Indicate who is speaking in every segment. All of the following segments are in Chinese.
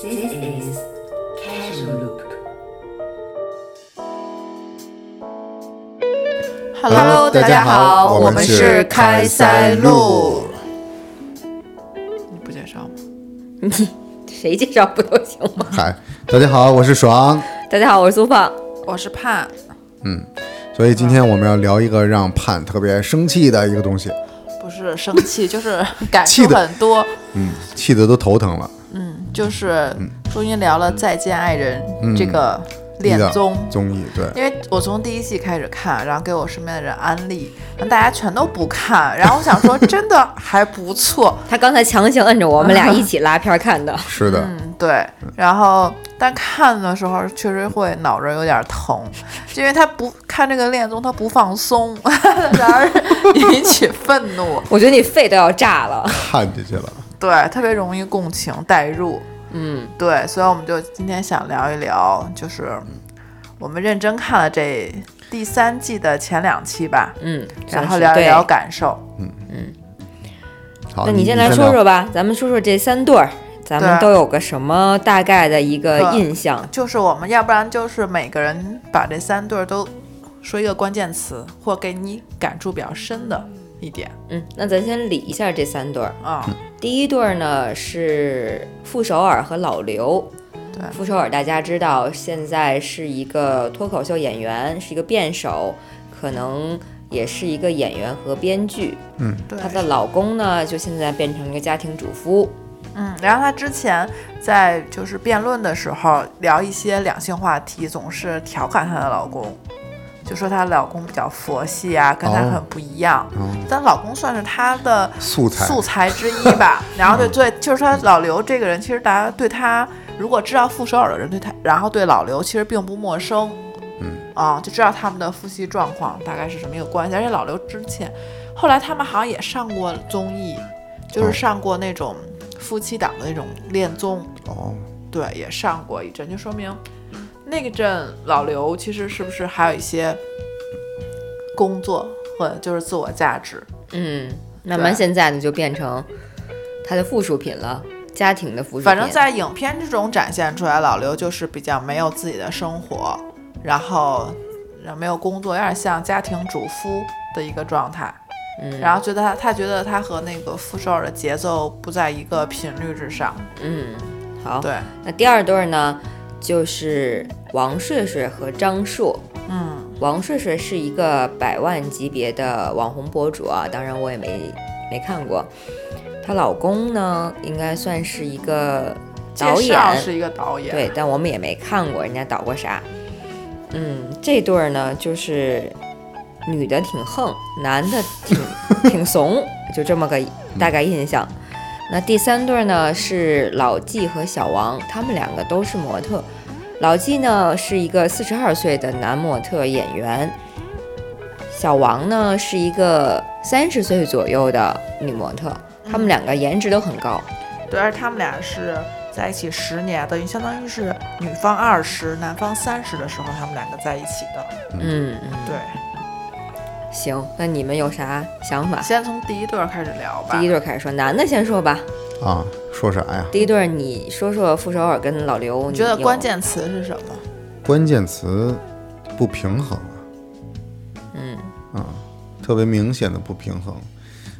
Speaker 1: This is Casual Loop.
Speaker 2: 呃
Speaker 3: Hello，大家好，
Speaker 2: 我
Speaker 3: 我们是开塞露。。你不介绍吗？
Speaker 1: 谁介绍不都行 吗？
Speaker 2: 嗨，大家好，我是爽。
Speaker 1: 大家好，我是苏胖。
Speaker 3: 我是盼，
Speaker 2: 所以今天我们要聊一个让盼特别生气的一个东西，
Speaker 3: 不是生气，就是感触
Speaker 2: 气得
Speaker 3: 很多。
Speaker 2: 嗯，气得都头疼了。
Speaker 3: 就是终于聊了《再见爱人》这个恋
Speaker 2: 一
Speaker 3: 综，
Speaker 2: 档综艺，对，，
Speaker 3: 因为我从第一季开始看，然后给我身边的人安利，然后大家全都不看，然后我想说真的还不错，
Speaker 1: 他刚才强行摁着我们俩一起拉片儿看的
Speaker 2: 是的，
Speaker 3: 嗯，对，然后但看的时候确实会脑仁有点疼，就因为他不看这个恋综，他不放松， 然 而引起愤怒，
Speaker 1: 我觉得你肺都要炸了。
Speaker 2: 看进去了。
Speaker 3: 对，特别容易共情代入，
Speaker 1: 嗯，
Speaker 3: 对，所以我们就今天想聊一聊，就是我们认真看了这第三季的前两期吧，
Speaker 1: 嗯，
Speaker 3: 然后聊一
Speaker 1: 对
Speaker 3: 聊。感受。
Speaker 2: 好，
Speaker 1: 那你先来说说吧，咱们说说这三对儿，咱们
Speaker 3: 对
Speaker 1: 都有个什么大概的一个
Speaker 3: 对
Speaker 1: 印象？
Speaker 3: 就是我们要不然就是每个人把这三对儿都说一个关键词，或给你感触比较深的一点
Speaker 1: 嗯，那咱先理一下这三对儿。
Speaker 3: 啊、
Speaker 2: 嗯
Speaker 1: 第一对儿呢是傅首尔和老刘。
Speaker 3: 对
Speaker 1: 傅首尔大家知道，现在是一个脱口秀演员，是一个辩手，可能也是一个演员和编剧。
Speaker 3: 对
Speaker 1: 她，的老公呢，就现在变成一个家庭主妇。
Speaker 3: 嗯，然后他之前在就是辩论的时候聊一些两性话题，总是调侃她的老公，就说她老公比较佛系啊，跟她
Speaker 2: 哦
Speaker 3: 很不一样。
Speaker 2: 哦
Speaker 3: 但老公算是她的
Speaker 2: 素材
Speaker 3: 素材之一 吧。然后对对，就是他老刘这个人，其实大家对他，如果知道傅首尔的人对他，然后对老刘其实并不陌生。嗯啊，就知道他们的夫妻状况大概是什么一个关系。而且老刘之前，后来他们好像也上过综艺，就是
Speaker 2: 哦
Speaker 3: 上过那种夫妻档的那种恋综，
Speaker 2: 哦，
Speaker 3: 对，也上过一阵，就说明那个阵老刘其实是不是还有一些工作和就是自我价值？
Speaker 1: 嗯，慢慢
Speaker 3: 对
Speaker 1: 现在呢就变成她的附属品了，家庭的附属品。
Speaker 3: 反正，在影片之中展现出来，老刘就是比较没有自己的生活，然后然后没有工作，有点像家庭主夫的一个状态。
Speaker 1: 嗯
Speaker 3: 然后觉得他他觉得他和那个傅首尔的节奏不在一个频率之上。
Speaker 1: 嗯，好。
Speaker 3: 对，
Speaker 1: 那第二对儿呢，就是王睡睡和张硕。
Speaker 3: 嗯，
Speaker 1: 王睡睡是一个百万级别的网红博主啊，当然我也没没看过。她老公呢，应该算是一个
Speaker 3: 介
Speaker 1: 导演，
Speaker 3: 绍是一个导演，
Speaker 1: 对，但我们也没看过人家导过啥。嗯，这对儿呢，就是女的挺横，男的挺挺怂，就这么个大概印象。那第三对儿呢是老纪和小王，他们两个都是模特。老纪呢是一个四十二岁的男模特演员，小王呢是一个三十岁左右的女模特。他们两个颜值都很高，
Speaker 3: 对，而他们俩是在一起十年，等于相当于是女方二十，男方三十的时候，他们两个在一起的。
Speaker 1: 嗯嗯，
Speaker 3: 对，
Speaker 1: 行，那你们有啥想法？
Speaker 3: 先从第一对儿开始聊吧。
Speaker 1: 第一对儿开始说，男的先说吧。
Speaker 2: 啊，说啥呀？
Speaker 1: 第一对儿，你说说傅首尔跟老刘，
Speaker 3: 你
Speaker 1: 你
Speaker 3: 觉得
Speaker 1: 有
Speaker 3: 关？键词是什么？
Speaker 2: 关键词不平衡啊，
Speaker 1: 嗯
Speaker 2: 啊，特别明显的不平衡，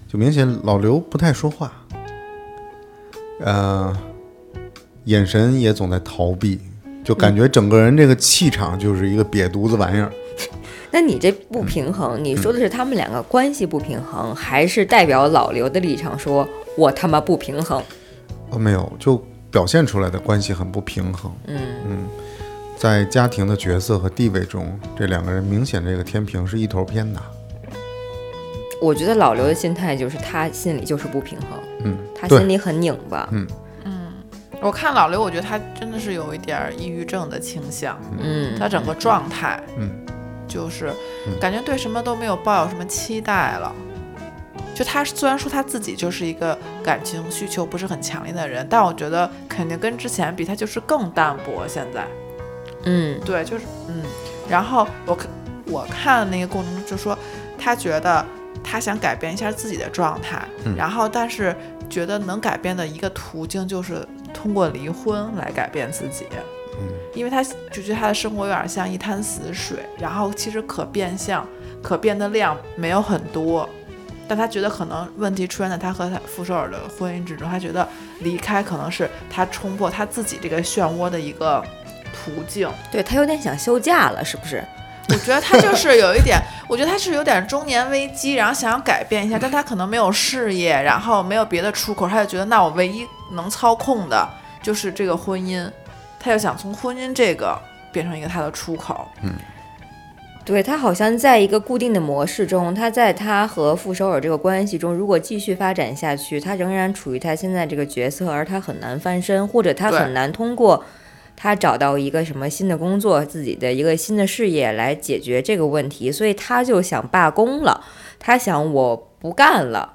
Speaker 2: 就明显老刘不太说话，呃，眼神也总在逃避，就感觉整个人这个气场就是一个瘪犊子玩意儿。
Speaker 1: 那你这不平
Speaker 3: 嗯
Speaker 1: 衡，你说的是他们两个关系不平衡，还是代表老刘的立场说，我他妈不平衡？
Speaker 2: 哦，没有，就表现出来的关系很不平衡。
Speaker 1: 嗯
Speaker 2: 在家庭的角色和地位中，这两个人明显这个天平是一头偏的。
Speaker 1: 我觉得老刘的心态就是他心里就是不平衡，
Speaker 2: 嗯，
Speaker 1: 他
Speaker 2: 对
Speaker 1: 心里很拧巴。
Speaker 3: 嗯我看老刘，我觉得他真的是有一点儿抑郁症的倾向，
Speaker 1: 嗯，
Speaker 3: 他整个状态，
Speaker 2: 嗯，
Speaker 3: 就是感觉对什么都没有抱有什么期待了。就他虽然说他自己就是一个感情需求不是很强烈的人，但我觉得肯定跟之前比，他就是更淡薄。现在，
Speaker 1: 嗯
Speaker 3: 对，就是嗯，然后我看我看那个过程中就说，他觉得他想改变一下自己的状态，然后但是觉得能改变的一个途径就是通过离婚来改变自己，因为他就觉得他的生活有点像一滩死水，然后其实可变相、可变的量没有很多，但他觉得可能问题出现在他和他傅首尔的婚姻之中，他觉得离开可能是他冲破他自己这个漩涡的一个途径。
Speaker 1: 对他有点想休假了，是不是？
Speaker 3: 我觉得他就是有一点，我觉得他是有点中年危机，然后想要改变一下，但他可能没有事业，然后没有别的出口，他就觉得那我唯一能操控的就是这个婚姻，他就想从婚姻这个变成一个他的出口。
Speaker 1: 对他好像在一个固定的模式中，他在他和傅首尔这个关系中，如果继续发展下去，他仍然处于他现在这个角色，而他很难翻身，或者他
Speaker 3: 对
Speaker 1: 很难通过他找到一个什么新的工作，自己的一个新的事业来解决这个问题，所以他就想罢工了，他想我不干了，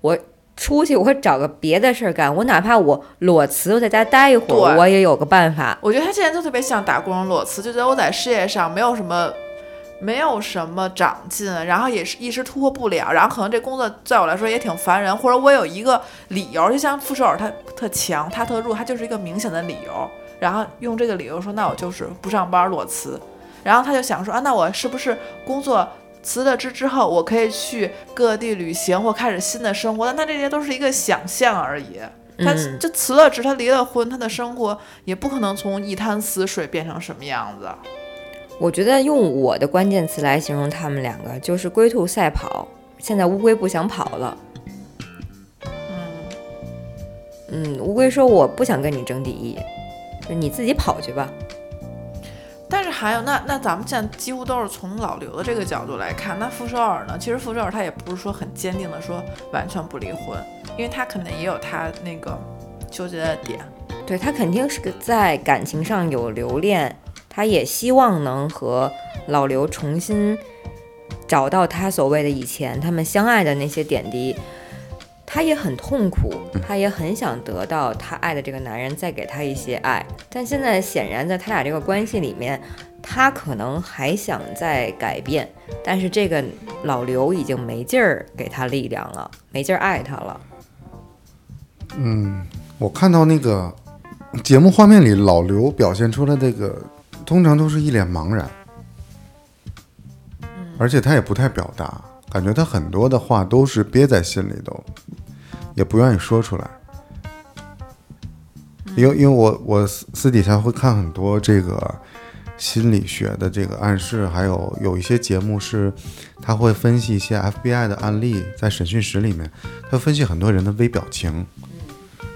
Speaker 1: 我。出去，我找个别的事儿干。我哪怕我裸辞，我在家待一会儿，
Speaker 3: 对
Speaker 1: 我也有个办法。
Speaker 3: 我觉得他现在就特别像打工裸辞，就觉得我在事业上没有什么，没有什么长进，然后也是一时突破不了，然后可能这工作在我来说也挺烦人，或者我有一个理由，就像傅首尔他特强，他特弱，他就是一个明显的理由，然后用这个理由说，那我就是不上班裸辞，然后他就想说啊，那我是不是工作？辞了职之后，我可以去各地旅行或开始新的生活，但他这些都是一个想象而已。他
Speaker 1: 嗯
Speaker 3: 就辞了职，他离了婚，他的生活也不可能从一滩死水变成什么样子。
Speaker 1: 我觉得用我的关键词来形容他们两个，就是龟兔赛跑。现在乌龟不想跑了，嗯，乌龟说我不想跟你争第一，就你自己跑去吧。
Speaker 3: 但是还有那那咱们现在几乎都是从老刘的这个角度来看，那傅首尔呢？其实傅首尔他也不是说很坚定的说完全不离婚，因为他可能也有他那个纠结的点。
Speaker 1: 对他肯定是个在感情上有留恋，他也希望能和老刘重新找到他所谓的以前他们相爱的那些点滴。他也很痛苦，他也很想得到他爱的这个男人再给他一些爱，但现在显然在他俩这个关系里面，他可能还想再改变，但是这个老刘已经没劲儿给他力量了，没劲儿爱他了。
Speaker 2: 我看到那个节目画面里，老刘表现出来那个，通常都是一脸茫然，而且他也不太表达，感觉他很多的话都是憋在心里头，也不愿意说出来。因为因为我我私私底下会看很多这个心理学的这个暗示，还有有一些节目是他会分析一些 FBI 的案例，在审讯室里面，他分析很多人的微表情。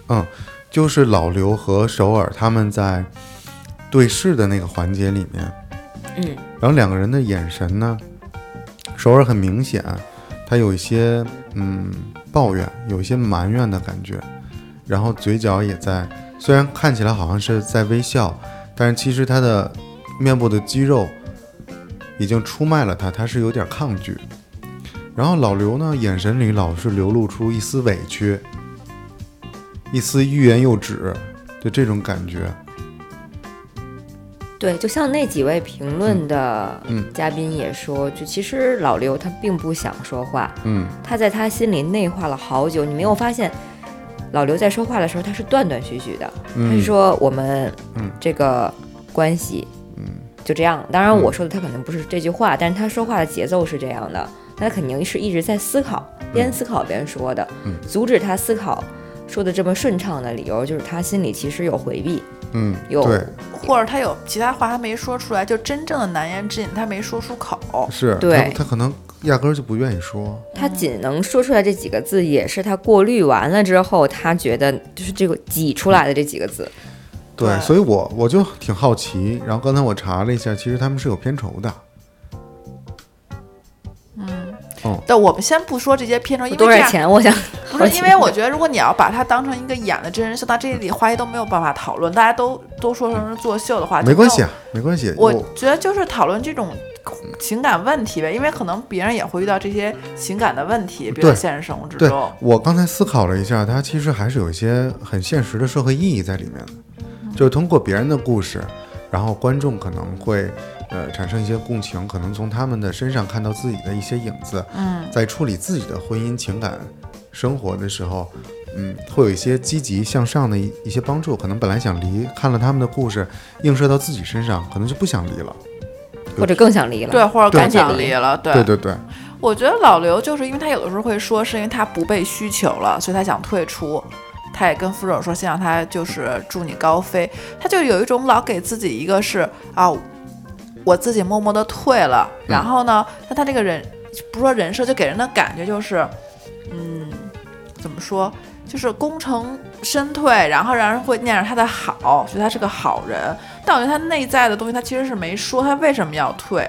Speaker 2: 嗯，就是老刘和首尔他们在对视的那个环节里面，
Speaker 1: 嗯，
Speaker 2: 然后两个人的眼神呢，首尔很明显，他有一些嗯抱怨，有一些埋怨的感觉，然后嘴角也在，虽然看起来好像是在微笑，但是其实他的面部的肌肉已经出卖了他，他是有点抗拒。然后老刘呢，眼神里老是流露出一丝委屈，一丝欲言又止的这种感觉。
Speaker 1: 对，就像那几位评论的
Speaker 2: 嗯
Speaker 1: 嘉宾也说，就其实老刘他并不想说话，
Speaker 2: 嗯，
Speaker 1: 他在他心里内化了好久。你没有发现，老刘在说话的时候他是断断续续的，他是说我们
Speaker 2: 嗯
Speaker 1: 这个关系，嗯，就这样。当然我说的他可能不是这句话，但是他说话的节奏是这样的，他肯定是一直在思考，边思考边说的。
Speaker 2: 嗯
Speaker 1: 阻止他思考说的这么顺畅的理由，就是他心里其实有回避，
Speaker 2: 嗯，
Speaker 1: 有
Speaker 2: 对，
Speaker 3: 或者他有其他话他没说出来，就真正的难言之隐他没说出口。
Speaker 2: 是，
Speaker 1: 对
Speaker 2: 他他可能压根儿就不愿意说。
Speaker 3: 嗯
Speaker 1: 他仅能说出来这几个字，也是他过滤完了之后，他觉得就是这个挤出来的这几个字。
Speaker 2: 对，
Speaker 3: 对
Speaker 2: 所以我我就挺好奇。然后刚才我查了一下，其实他们是有片酬的。
Speaker 3: 但我们先不说这些片酬，因为
Speaker 1: 多
Speaker 3: 这
Speaker 1: 少
Speaker 3: 样
Speaker 1: 钱？我想
Speaker 3: 不是，因为我觉得如果你要把它当成一个演的真人秀，那这里话题都没有办法讨论，大家都都说成是作秀的话，
Speaker 2: 没关系
Speaker 3: 就
Speaker 2: 啊，没关系。
Speaker 3: 没有。我
Speaker 2: 有
Speaker 3: 觉得就是讨论这种情感问题呗，因为可能别人也会遇到这些情感的问题，比如
Speaker 2: 对
Speaker 3: 在现实生活之
Speaker 2: 对
Speaker 3: 中。
Speaker 2: 我刚才思考了一下，它其实还是有一些很现实的社会意义在里面的，就是通过别人的故事，然后观众可能会呃产生一些共情，可能从他们的身上看到自己的一些影子，嗯，在处理自己的婚姻情感生活的时候，嗯，会有一些积极向上的一一些帮助。可能本来想离，看了他们的故事，映射到自己身上，可能就不想离了。
Speaker 1: 或者更想离了。
Speaker 3: 对，或者
Speaker 2: 对
Speaker 3: 更想
Speaker 1: 对
Speaker 3: 离了，对
Speaker 2: 对对对，
Speaker 3: 我觉得老刘就是因为他有的时候会说，是因为他不被需求了，所以他想退出。他也跟傅首尔说，先让他就是祝你高飞。他就有一种老给自己一个是啊，我自己默默的退了。然后呢，那他这个人不是说人设，就给人的感觉就是，嗯，怎么说，就是功成身退，然后让人会念着他的好，觉得他是个好人。但我觉得他内在的东西，他其实是没说他为什么要退，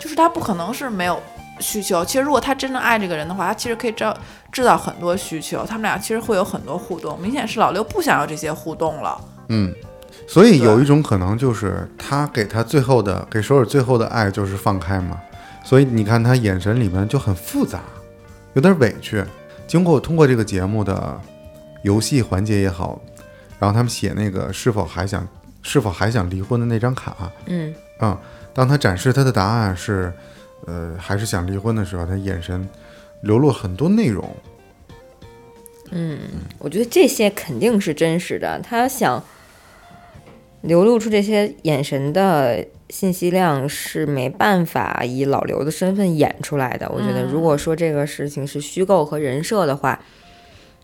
Speaker 3: 就是他不可能是没有需求。其实如果他真的爱这个人的话，他其实可以制造制造很多需求，他们俩其实会有很多互动。明显是老六不想要这些互动了，
Speaker 2: 嗯。所以
Speaker 3: 对
Speaker 2: 有一种可能就是他给他最后的给首尔最后的爱就是放开嘛，所以你看他眼神里面就很复杂，有点委屈。经过通过这个节目的游戏环节也好，然后他们写那个是否还想是否还想离婚的那张卡，
Speaker 1: 嗯，
Speaker 2: 嗯，当他展示他的答案是，呃，还是想离婚的时候，他眼神流露很多内容。
Speaker 1: 我觉得这些肯定是真实的。他想流露出这些眼神的信息量是没办法以老刘的身份演出来的。我
Speaker 3: 嗯
Speaker 1: 觉得，如果说这个事情是虚构和人设的话，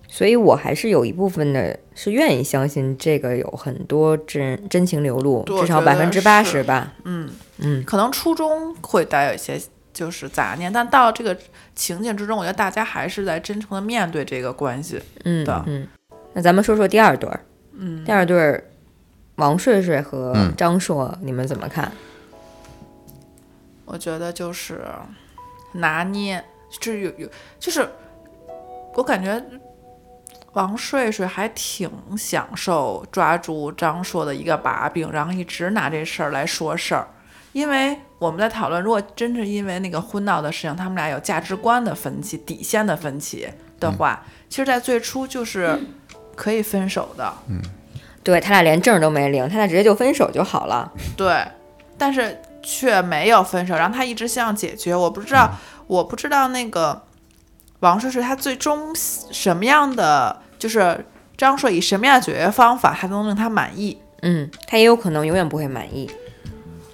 Speaker 1: 所以我还是有一部分的是愿意相信这个有很多真真情流露，
Speaker 3: 对
Speaker 1: 至少
Speaker 3: 我觉
Speaker 1: 百
Speaker 3: 得
Speaker 1: 分之八
Speaker 3: 是
Speaker 1: 十吧。
Speaker 3: 嗯
Speaker 1: 嗯
Speaker 3: 可能初中会带有一些就是杂念，但到这个情境之中，我觉得大家还是在真诚的面对这个关系。
Speaker 1: 嗯
Speaker 3: 的
Speaker 1: 嗯。那咱们说说第二对儿，嗯，第二对儿，王睡睡和
Speaker 2: 嗯
Speaker 1: 张硕，你们怎么看？
Speaker 3: 我觉得就是拿捏，就是有有，就是我感觉王睡睡还挺享受抓住张硕的一个把柄，然后一直拿这事儿来说事儿。因为我们在讨论，如果真是因为那个婚闹的事情，他们俩有价值观的分歧、底线的分歧的话，其实，在最初就是可以分手的。
Speaker 1: 对他俩连证都没领，他俩直接就分手就好了。
Speaker 3: 对，但是却没有分手，然后他一直想解决。我不知道，
Speaker 2: 嗯
Speaker 3: 我不知道那个王硕是他最终什么样的，就是张硕以什么样的解决方法，才能令他满意？
Speaker 1: 嗯，他也有可能永远不会满意。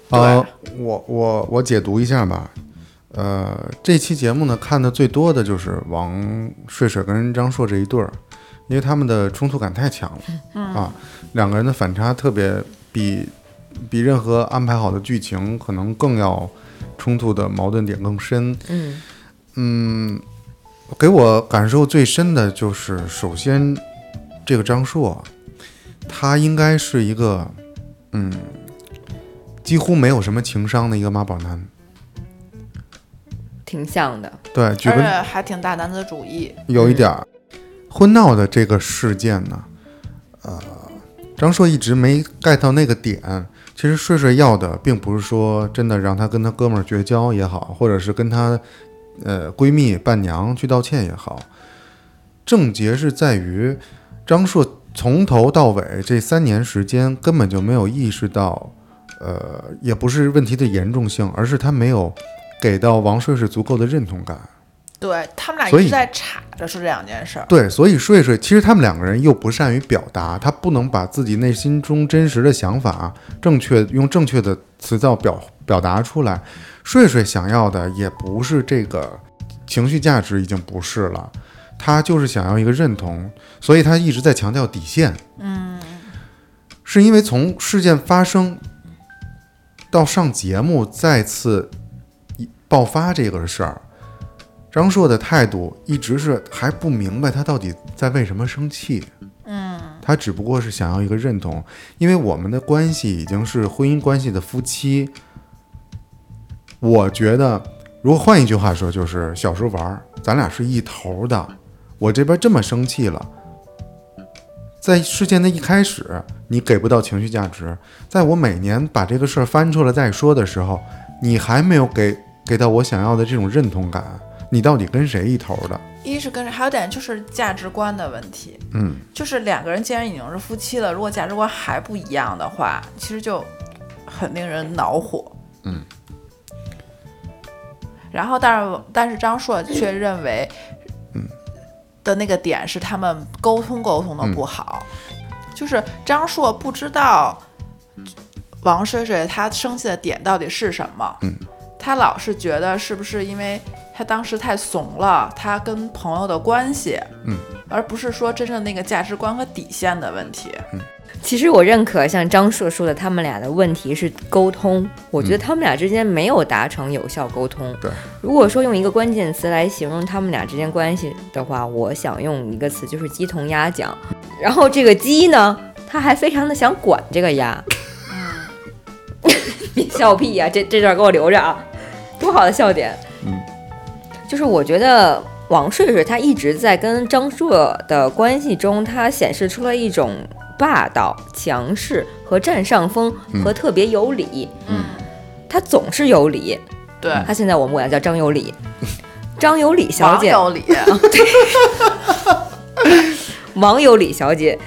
Speaker 2: 呃，我我我解读一下吧。呃，这期节目呢，看的最多的就是王睡睡跟张硕这一对儿，因为他们的冲突感太强了、啊，两个人的反差特别比比任何安排好的剧情可能更要冲突的矛盾点更深。嗯
Speaker 1: 嗯
Speaker 2: 给我感受最深的就是，首先这个张硕，他应该是一个，嗯，几乎没有什么情商的一个妈宝男。
Speaker 1: 挺像的。
Speaker 2: 对，举
Speaker 3: 而且
Speaker 2: 个
Speaker 3: 还挺大男子主义。
Speaker 2: 有一点儿，婚闹的这个事件呢，呃，张硕一直没 get 到那个点。其实睡睡要的并不是说真的让他跟他哥们儿绝交也好，或者是跟他呃闺蜜伴娘去道歉也好，症结是在于张硕从头到尾这三年时间根本就没有意识到，呃，也不是问题的严重性，而是他没有给到王睡睡足够的认同感。
Speaker 3: 对他们俩
Speaker 2: 所
Speaker 3: 一
Speaker 2: 以
Speaker 3: 直在吵着说这两件事儿。
Speaker 2: 对，所以睡睡其实他们两个人又不善于表达，他不能把自己内心中真实的想法正确用正确的词藻表表达出来。睡睡想要的也不是这个情绪价值，已经不是了，他就是想要一个认同，所以他一直在强调底线。嗯，是因为从事件发生到上节目再次一爆发这个事儿，张硕的态度一直是还不明白他到底在为什么生气。嗯，他只不过是想要一个认同，因为我们的关系已经是婚姻关系的夫妻。我觉得，如果换一句话说，就是小时候玩儿，咱俩是一头的。我这边这么生气了，在事件的一开始，你给不到情绪价值，在我每年把这个事儿翻出来再说的时候，你还没有给给到我想要的这种认同感。你到底跟谁一头的？
Speaker 3: 一是跟着，还有点就是价值观的问题。
Speaker 2: 嗯，
Speaker 3: 就是两个人既然已经是夫妻了，如果价值观还不一样的话，其实就很令人恼火。嗯。然后，但是但是张硕却认为，嗯，的那个点是他们沟通沟通的不好，就是张硕不知道王水水她生气的点到底是什么，
Speaker 2: 嗯
Speaker 3: 他老是觉得是不是因为他当时太怂了，他跟朋友的关系，
Speaker 2: 嗯，
Speaker 3: 而不是说真正那个价值观和底线的问题，
Speaker 1: 其实我认可，像张硕说的，他们俩的问题是沟通。我觉得他们俩之间没有达成有效沟通。
Speaker 2: 对，
Speaker 1: 如果说用一个关键词来形容他们俩之间关系的话，我想用一个词，就是鸡同鸭讲。然后这个鸡呢，它还非常的想管这个鸭。你 笑屁呀、这这段给我留着啊，多好的笑点。
Speaker 2: 嗯，
Speaker 1: 就是我觉得王睡睡他一直在跟张硕的关系中，他显示出了一种霸道、强势和占上风
Speaker 2: 嗯
Speaker 1: 和特别有理。
Speaker 3: 嗯，
Speaker 1: 他总是有理，
Speaker 3: 对，
Speaker 1: 他现在我们管他叫张有理，张有理小
Speaker 3: 王
Speaker 1: 姐，
Speaker 3: 有理，
Speaker 1: 王有理小姐，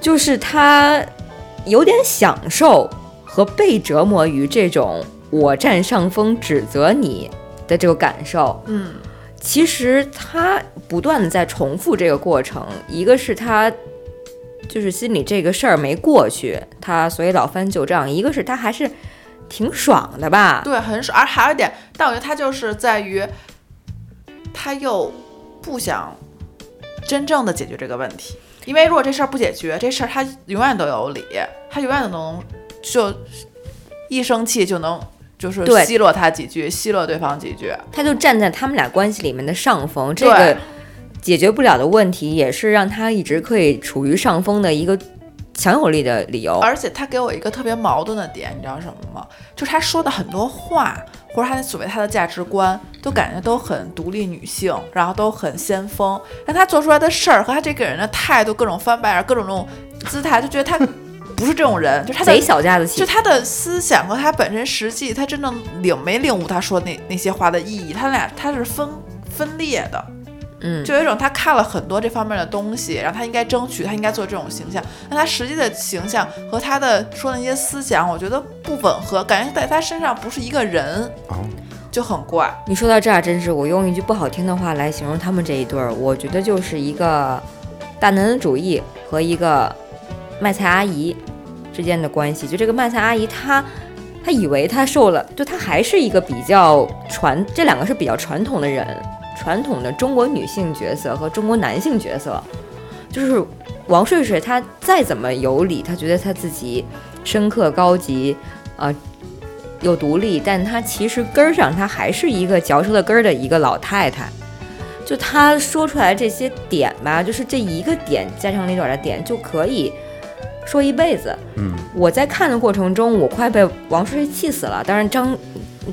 Speaker 1: 就是她有点享受和被折磨于这种我占上风、指责你的这个感受。
Speaker 3: 嗯
Speaker 1: 其实他不断的在重复这个过程，一个是他就是心里这个事儿没过去，他所以老翻旧账；一个是他还是挺爽的吧，
Speaker 3: 对，很少。而还有一点，但我觉得他就是在于，他又不想真正的解决这个问题，因为如果这事儿不解决，这事儿他永远都有理，他永远都能就一生气就能就是
Speaker 1: 对
Speaker 3: 奚落他几句，奚落对方几句。
Speaker 1: 他就站在他们俩关系里面的上风，这
Speaker 3: 对
Speaker 1: 个解决不了的问题，也是让他一直可以处于上风的一个强有力的理由。
Speaker 3: 而且他给我一个特别矛盾的点，你知道什么吗？就是他说的很多话，或者他所谓他的价值观，都感觉都很独立女性，然后都很先锋。但他做出来的事儿和他这个人的态度，各种翻白眼儿，各种那种姿态，就觉得他不是这种人，就是他
Speaker 1: 贼
Speaker 3: 的。
Speaker 1: 小家子
Speaker 3: 就
Speaker 1: 气，
Speaker 3: 他的思想和他本身实际，他真正领没领悟他说那那些话的意义，他俩他是分分裂的。
Speaker 1: 嗯，
Speaker 3: 就有一种他看了很多这方面的东西，然后他应该争取，他应该做这种形象，但他实际的形象和他的说的那些思想，我觉得不吻合，感觉在他身上不是一个人，
Speaker 2: 哦，
Speaker 3: 就很怪。
Speaker 1: 你说到这儿，真是我用一句不好听的话来形容他们这一对儿，我觉得就是一个大男子主义和一个卖菜阿姨之间的关系。就这个卖菜阿姨，她她以为她受了，就她还是一个比较传，这两个是比较传统的人，传统的中国女性角色和中国男性角色，就是王睡睡，她再怎么有理，她觉得她自己深刻高级，啊、有独立，但她其实根儿上她还是一个嚼舌头根儿的一个老太太。就她说出来这些点吧，就是这一个点加上那点儿的点就可以说一辈子。
Speaker 2: 嗯，
Speaker 1: 我在看的过程中，我快被王睡睡气死了。当然张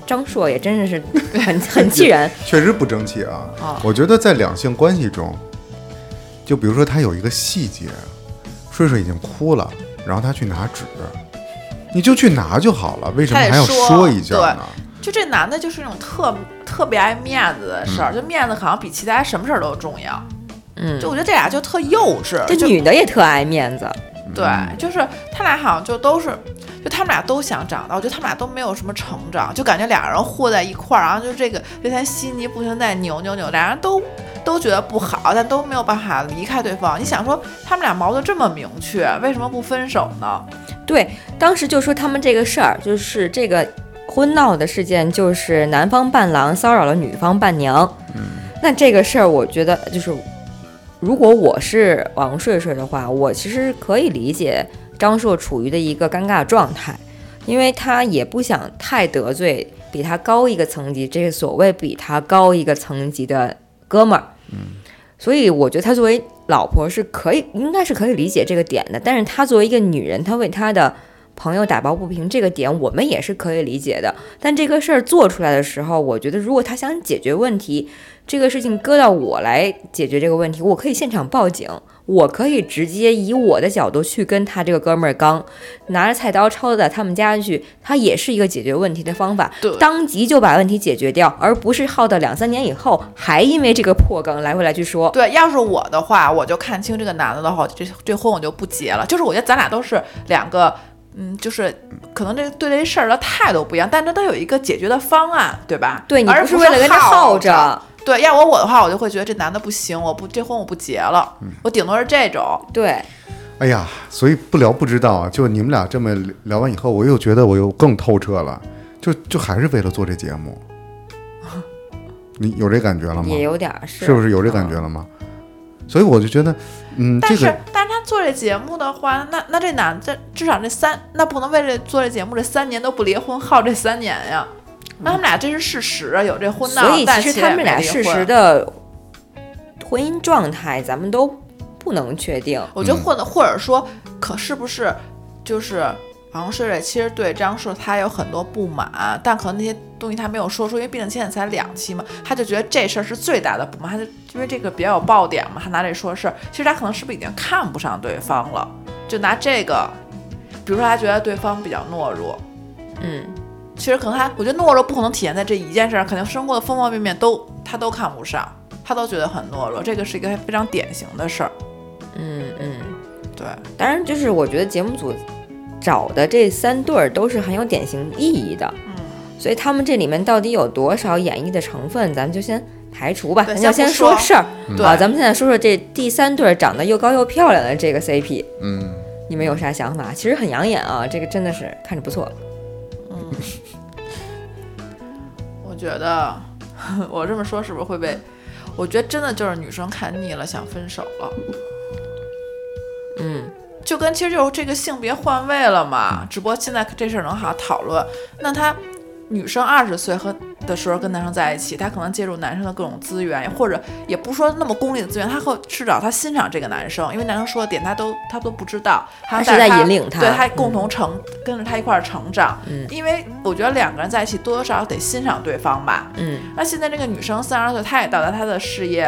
Speaker 1: 张硕也真的是很很气人，
Speaker 2: 确实不争气啊。
Speaker 3: 啊
Speaker 2: 我觉得在两性关系中，就比如说他有一个细节，睡睡已经哭了，然后他去拿纸，你就去拿就好了，为什么
Speaker 3: 他也
Speaker 2: 还要
Speaker 3: 说
Speaker 2: 说一下呢？
Speaker 3: 就这男的就是那种特特别爱面子的事儿，就面子好像比其他什么事儿都重要。
Speaker 1: 嗯，
Speaker 3: 就我觉得这俩就特幼稚，
Speaker 1: 这
Speaker 3: 就
Speaker 1: 女的也特爱面子，
Speaker 3: 对，就是他俩好像就都是，就他们俩都想长大，我觉得他们俩都没有什么成长，就感觉俩人和在一块儿，然后就这个就像稀泥不停在扭扭扭，俩人都都觉得不好，但都没有办法离开对方。你想说他们俩矛盾这么明确，为什么不分手呢？
Speaker 1: 对，当时就说他们这个事儿，就是这个婚闹的事件，就是男方伴郎骚扰了女方伴娘。嗯，那这个事儿，我觉得就是，如果我是王睡睡的话，我其实可以理解张硕处于的一个尴尬状态，因为他也不想太得罪比他高一个层级，这个所谓比他高一个层级的哥们儿。嗯，所以我觉得他作为老婆是可以，应该是可以理解这个点的。但是她作为一个女人，她为她的朋友打抱不平，这个点我们也是可以理解的。但这个事儿做出来的时候，我觉得如果她想解决问题，这个事情搁到我来解决这个问题，我可以现场报警，我可以直接以我的角度去跟他这个哥们儿刚，拿着菜刀抄到他们家去，他也是一个解决问题的方法。
Speaker 3: 对
Speaker 1: 当即就把问题解决掉，而不是耗到两三年以后还因为这个破梗来回来去说。
Speaker 3: 对，要是我的话，我就看清这个男的的话，这这婚我就不结了。就是我觉得咱俩都是两个。嗯，就是可能这对这事儿的态度不一样，但是他有一个解决的方案，对吧？
Speaker 1: 对你
Speaker 3: 而
Speaker 1: 不是为了跟他耗
Speaker 3: 着，
Speaker 1: 着，
Speaker 3: 对，要我我的话，我就会觉得这男的不行，我不这婚我不结了，
Speaker 2: 嗯
Speaker 3: 我顶多是这种。
Speaker 1: 对，
Speaker 2: 哎呀，所以不聊不知道啊，就你们俩这么聊完以后，我又觉得我又更透彻了，就就还是为了做这节目，你有这感觉了吗？
Speaker 1: 也有点儿
Speaker 2: 嗯是不是有这感觉了吗？所以我就觉得，嗯，
Speaker 3: 但
Speaker 2: 这
Speaker 3: 是，
Speaker 2: 个
Speaker 3: 但是他做这节目的话，那那这男这至少这三，那不能为了做这节目这三年都不离婚，耗这三年呀。那他们俩这是事实啊，有这婚闹，
Speaker 1: 所以
Speaker 3: 但
Speaker 1: 其实
Speaker 3: 也
Speaker 1: 他们
Speaker 3: 没
Speaker 1: 俩
Speaker 3: 离
Speaker 1: 事
Speaker 3: 婚
Speaker 1: 实的婚姻状态，咱们都不能确定。
Speaker 3: 我觉得或者或者说，可是不是就是王睡睡其实对张硕他有很多不满，但可能那些东西他没有说出，因为毕竟现在才两期嘛，他就觉得这事儿是最大的不满，他就因为这个比较有爆点嘛，他拿这说事儿。其实他可能是不是已经看不上对方了？就拿这个，比如说他觉得对方比较懦弱，
Speaker 1: 嗯，
Speaker 3: 其实可能他，我觉得懦弱不可能体现在这一件事上，肯定生活的方方面面都他都看不上，他都觉得很懦弱，这个是一个非常典型的事儿。
Speaker 1: 嗯嗯，
Speaker 3: 对，
Speaker 1: 当然就是我觉得节目组找的这三对儿都是很有典型意义的，
Speaker 3: 嗯，
Speaker 1: 所以他们这里面到底有多少演绎的成分，咱们就先排除吧，
Speaker 3: 对
Speaker 1: 咱就
Speaker 3: 先
Speaker 1: 先
Speaker 3: 不
Speaker 1: 说
Speaker 3: 说
Speaker 1: 事儿。
Speaker 2: 嗯
Speaker 3: 对
Speaker 1: 啊，咱们现在说说这第三对儿长得又高又漂亮的这个 CP，
Speaker 2: 嗯，
Speaker 1: 你们有啥想法？其实很养眼啊，这个真的是看着不错。
Speaker 3: 我觉得我这么说是不是会被？我觉得真的就是女生看腻了，想分手了，
Speaker 1: 嗯，
Speaker 3: 就跟其实就是这个性别换位了嘛。只不过现在这事儿能好好讨论。那她女生二十岁和的时候跟男生在一起，她可能借助男生的各种资源，或者也不说那么功利的资源，她会至少她欣赏这个男生，因为男生说的点她都她都不知道，她
Speaker 1: 她是
Speaker 3: 带
Speaker 1: 在
Speaker 3: 她
Speaker 1: 引领她
Speaker 3: 对她共同成、跟着她一块儿成长。
Speaker 1: 嗯
Speaker 3: 因为我觉得两个人在一起多多少少得欣赏对方吧。
Speaker 1: 嗯
Speaker 3: 那现在这个女生三十岁，她也到达她的事业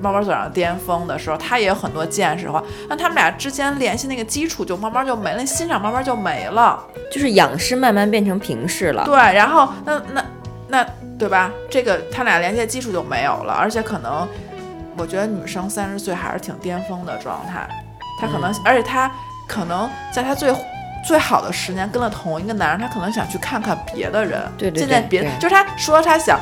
Speaker 3: 慢慢走上巅峰的时候，她也有很多见识的话，那他们俩之间联系那个基础就慢慢就没了，欣赏慢慢就没了。
Speaker 1: 就是仰视慢慢变成平视了。
Speaker 3: 对，然后那那那对吧？这个他俩联系的基础就没有了，而且可能我觉得女生三十岁还是挺巅峰的状态，她可能，
Speaker 1: 嗯
Speaker 3: 而且她可能在她最。最好的十年跟了同一个男人，她可能想去看看别的人。
Speaker 1: 对对
Speaker 3: 现在
Speaker 1: 对
Speaker 3: 别
Speaker 1: 对
Speaker 3: 就是她说她想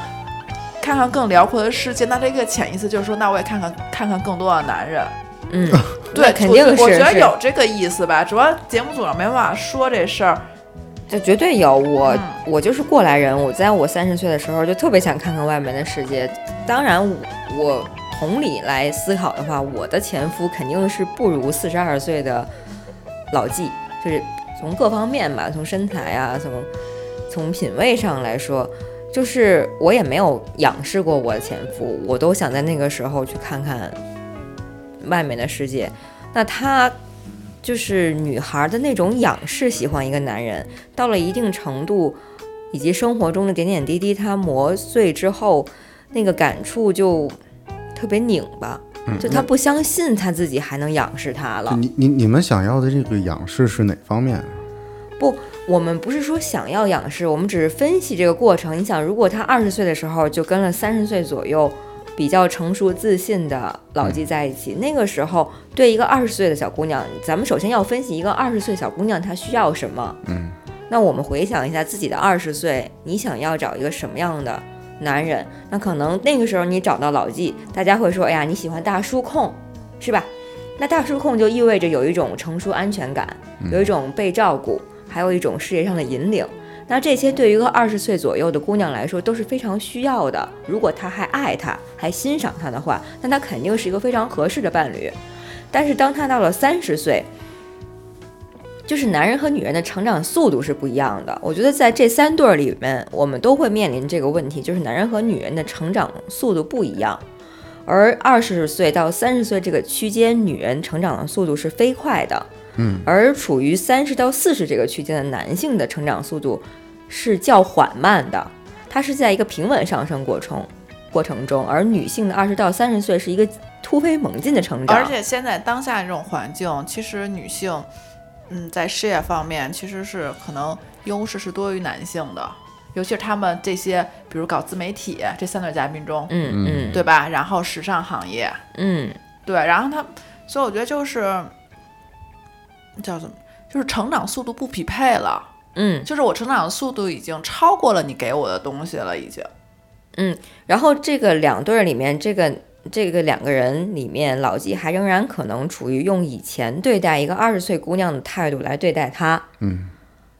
Speaker 3: 看看更辽阔的世界，那这个潜意识就是说，那我也看看看看更多的男人。
Speaker 1: 嗯，
Speaker 3: 啊对，
Speaker 1: 肯
Speaker 3: 我
Speaker 1: 定
Speaker 3: 我
Speaker 1: 是
Speaker 3: 觉得
Speaker 1: 是
Speaker 3: 有这个意思吧。主要节目组上没办法说这事儿，
Speaker 1: 这绝对有我，
Speaker 3: 嗯
Speaker 1: 我就是过来人。我在我三十岁的时候，就特别想看看外面的世界。当然我，我同理来思考的话，我的前夫肯定是不如四十二岁的老纪，就是从各方面吧，从身材啊，从从品味上来说，就是我也没有仰视过我的前夫，我都想在那个时候去看看外面的世界。那他就是女孩的那种仰视，喜欢一个男人，到了一定程度，以及生活中的点点滴滴，他磨碎之后，那个感触就特别拧巴。就他不相信他自己还能仰视他了
Speaker 2: 就。你你你们想要的这个仰视是哪方面啊？
Speaker 1: 我们不是说想要仰视，我们只是分析这个过程。你想，如果他二十岁的时候就跟了三十岁左右比较成熟自信的老纪在一起，那个时候对一个二十岁的小姑娘，咱们首先要分析一个二十岁小姑娘她需要什么。
Speaker 2: 嗯，
Speaker 1: 那我们回想一下自己的二十岁，你想要找一个什么样的男人？那可能那个时候你找到老纪，大家会说：“哎呀，你喜欢大叔控，是吧？”那大叔控就意味着有一种成熟安全感，有一种被照顾，还有一种事业上的引领。那这些对于一个二十岁左右的姑娘来说都是非常需要的。如果她还爱他，还欣赏他的话，那他肯定是一个非常合适的伴侣。但是当他到了三十岁，就是男人和女人的成长速度是不一样的。我觉得在这三对儿里面，我们都会面临这个问题，就是男人和女人的成长速度不一样。而二十岁到三十岁这个区间，女人成长的速度是飞快的，嗯，而处于三十到四十这个区间的男性的成长速度是较缓慢的，它是在一个平稳上升过程过程中，而女性的二十到三十岁是一个突飞猛进的成长，
Speaker 3: 而且现在当下这种环境，其实女性，嗯，在事业方面其实是可能优势是多于男性的，尤其是他们这些，比如搞自媒体这三对嘉宾中，
Speaker 1: 嗯嗯
Speaker 3: 对吧？然后时尚行业，
Speaker 1: 嗯，
Speaker 3: 对，然后他，所以我觉得就是叫什么，就是成长速度不匹配了，
Speaker 1: 嗯，
Speaker 3: 就是我成长的速度已经超过了你给我的东西了，已经。
Speaker 1: 然后这个两对儿里面，这个这个两个人里面，老纪还仍然可能处于用以前对待一个二十岁姑娘的态度来对待她，
Speaker 2: 嗯，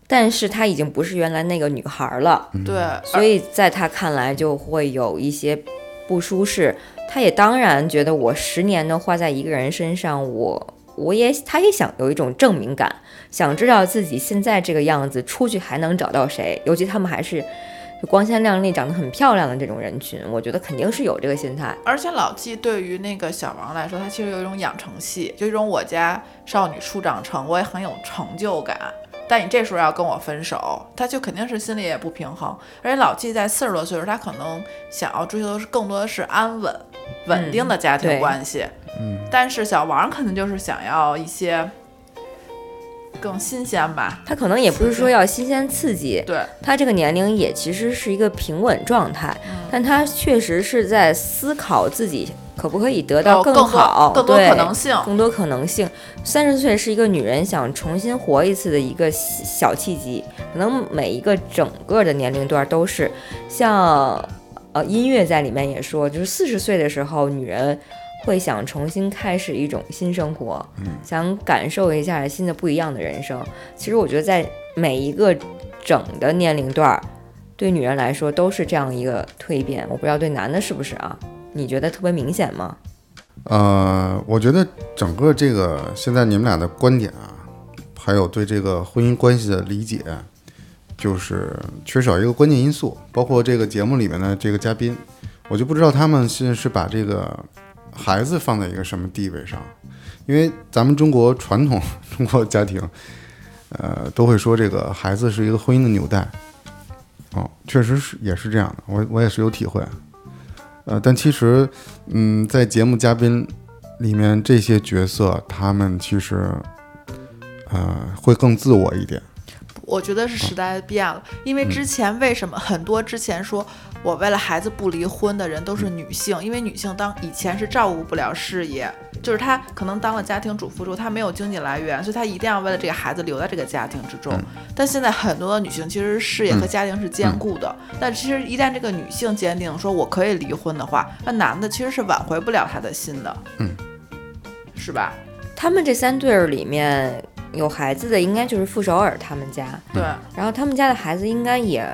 Speaker 1: 但是她已经不是原来那个女孩儿了，
Speaker 3: 对，
Speaker 1: 所以在她看来就会有一些不舒适。她也当然觉得我十年都花在一个人身上，我我也她也想有一种证明感，想知道自己现在这个样子出去还能找到谁，尤其他们还是。光鲜亮丽、长得很漂亮的这种人群，我觉得肯定是有这个心态。
Speaker 3: 而且老纪对于那个小王来说，他其实有一种养成系，就一种我家少女初长成，我也很有成就感。但你这时候要跟我分手，他就肯定是心里也不平衡。而且老纪在四十多岁的时候，他可能想要追求的是更多的是安稳、稳定的家庭
Speaker 1: 对
Speaker 3: 关系。
Speaker 2: 嗯，
Speaker 3: 但是小王可能就是想要一些更新鲜吧。
Speaker 1: 他可能也不是说要新鲜刺激，
Speaker 3: 对，
Speaker 1: 他这个年龄也其实是一个平稳状态，但他确实是在思考自己可不可以得到
Speaker 3: 有哦更
Speaker 1: 好、
Speaker 3: 多更多
Speaker 1: 对
Speaker 3: 可能性。
Speaker 1: 更多可能性。三十岁是一个女人想重新活一次的一个小契机，可能每一个整个的年龄段都是。像呃音乐在里面也说，就是四十岁的时候，女人会想重新开始一种新生活，想感受一下新的不一样的人生。其实我觉得在每一个整的年龄段儿。对女人来说都是这样一个蜕变，我不知道对男的是不是啊？你觉得特别明显吗？
Speaker 2: 呃，我觉得整个这个现在你们俩的观点啊，还有对这个婚姻关系的理解，就是缺少一个关键因素，包括这个节目里面的这个嘉宾，我就不知道他们现在是把这个孩子放在一个什么地位上，因为咱们中国传统中国家庭，呃，都会说这个孩子是一个婚姻的纽带，哦，确实是也是这样的，我我也是有体会，呃，但其实。嗯，在节目嘉宾里面，这些角色他们其实，呃，会更自我一点。
Speaker 3: 我觉得是时代变了，因为之前为什么很多之前说我为了孩子不离婚的人都是女性，因为女性当以前是照顾不了事业，就是她可能当了家庭主妇之后，她没有经济来源，所以她一定要为了这个孩子留在这个家庭之中。但现在很多的女性其实事业和家庭是兼顾的，但其实一旦这个女性坚定说我可以离婚的话，那男的其实是挽回不了她的心的，
Speaker 2: 嗯，
Speaker 3: 是吧？
Speaker 1: 他们这三对儿里面有孩子的，应该就是傅首尔他们家，
Speaker 3: 对，
Speaker 1: 然后他们家的孩子应该也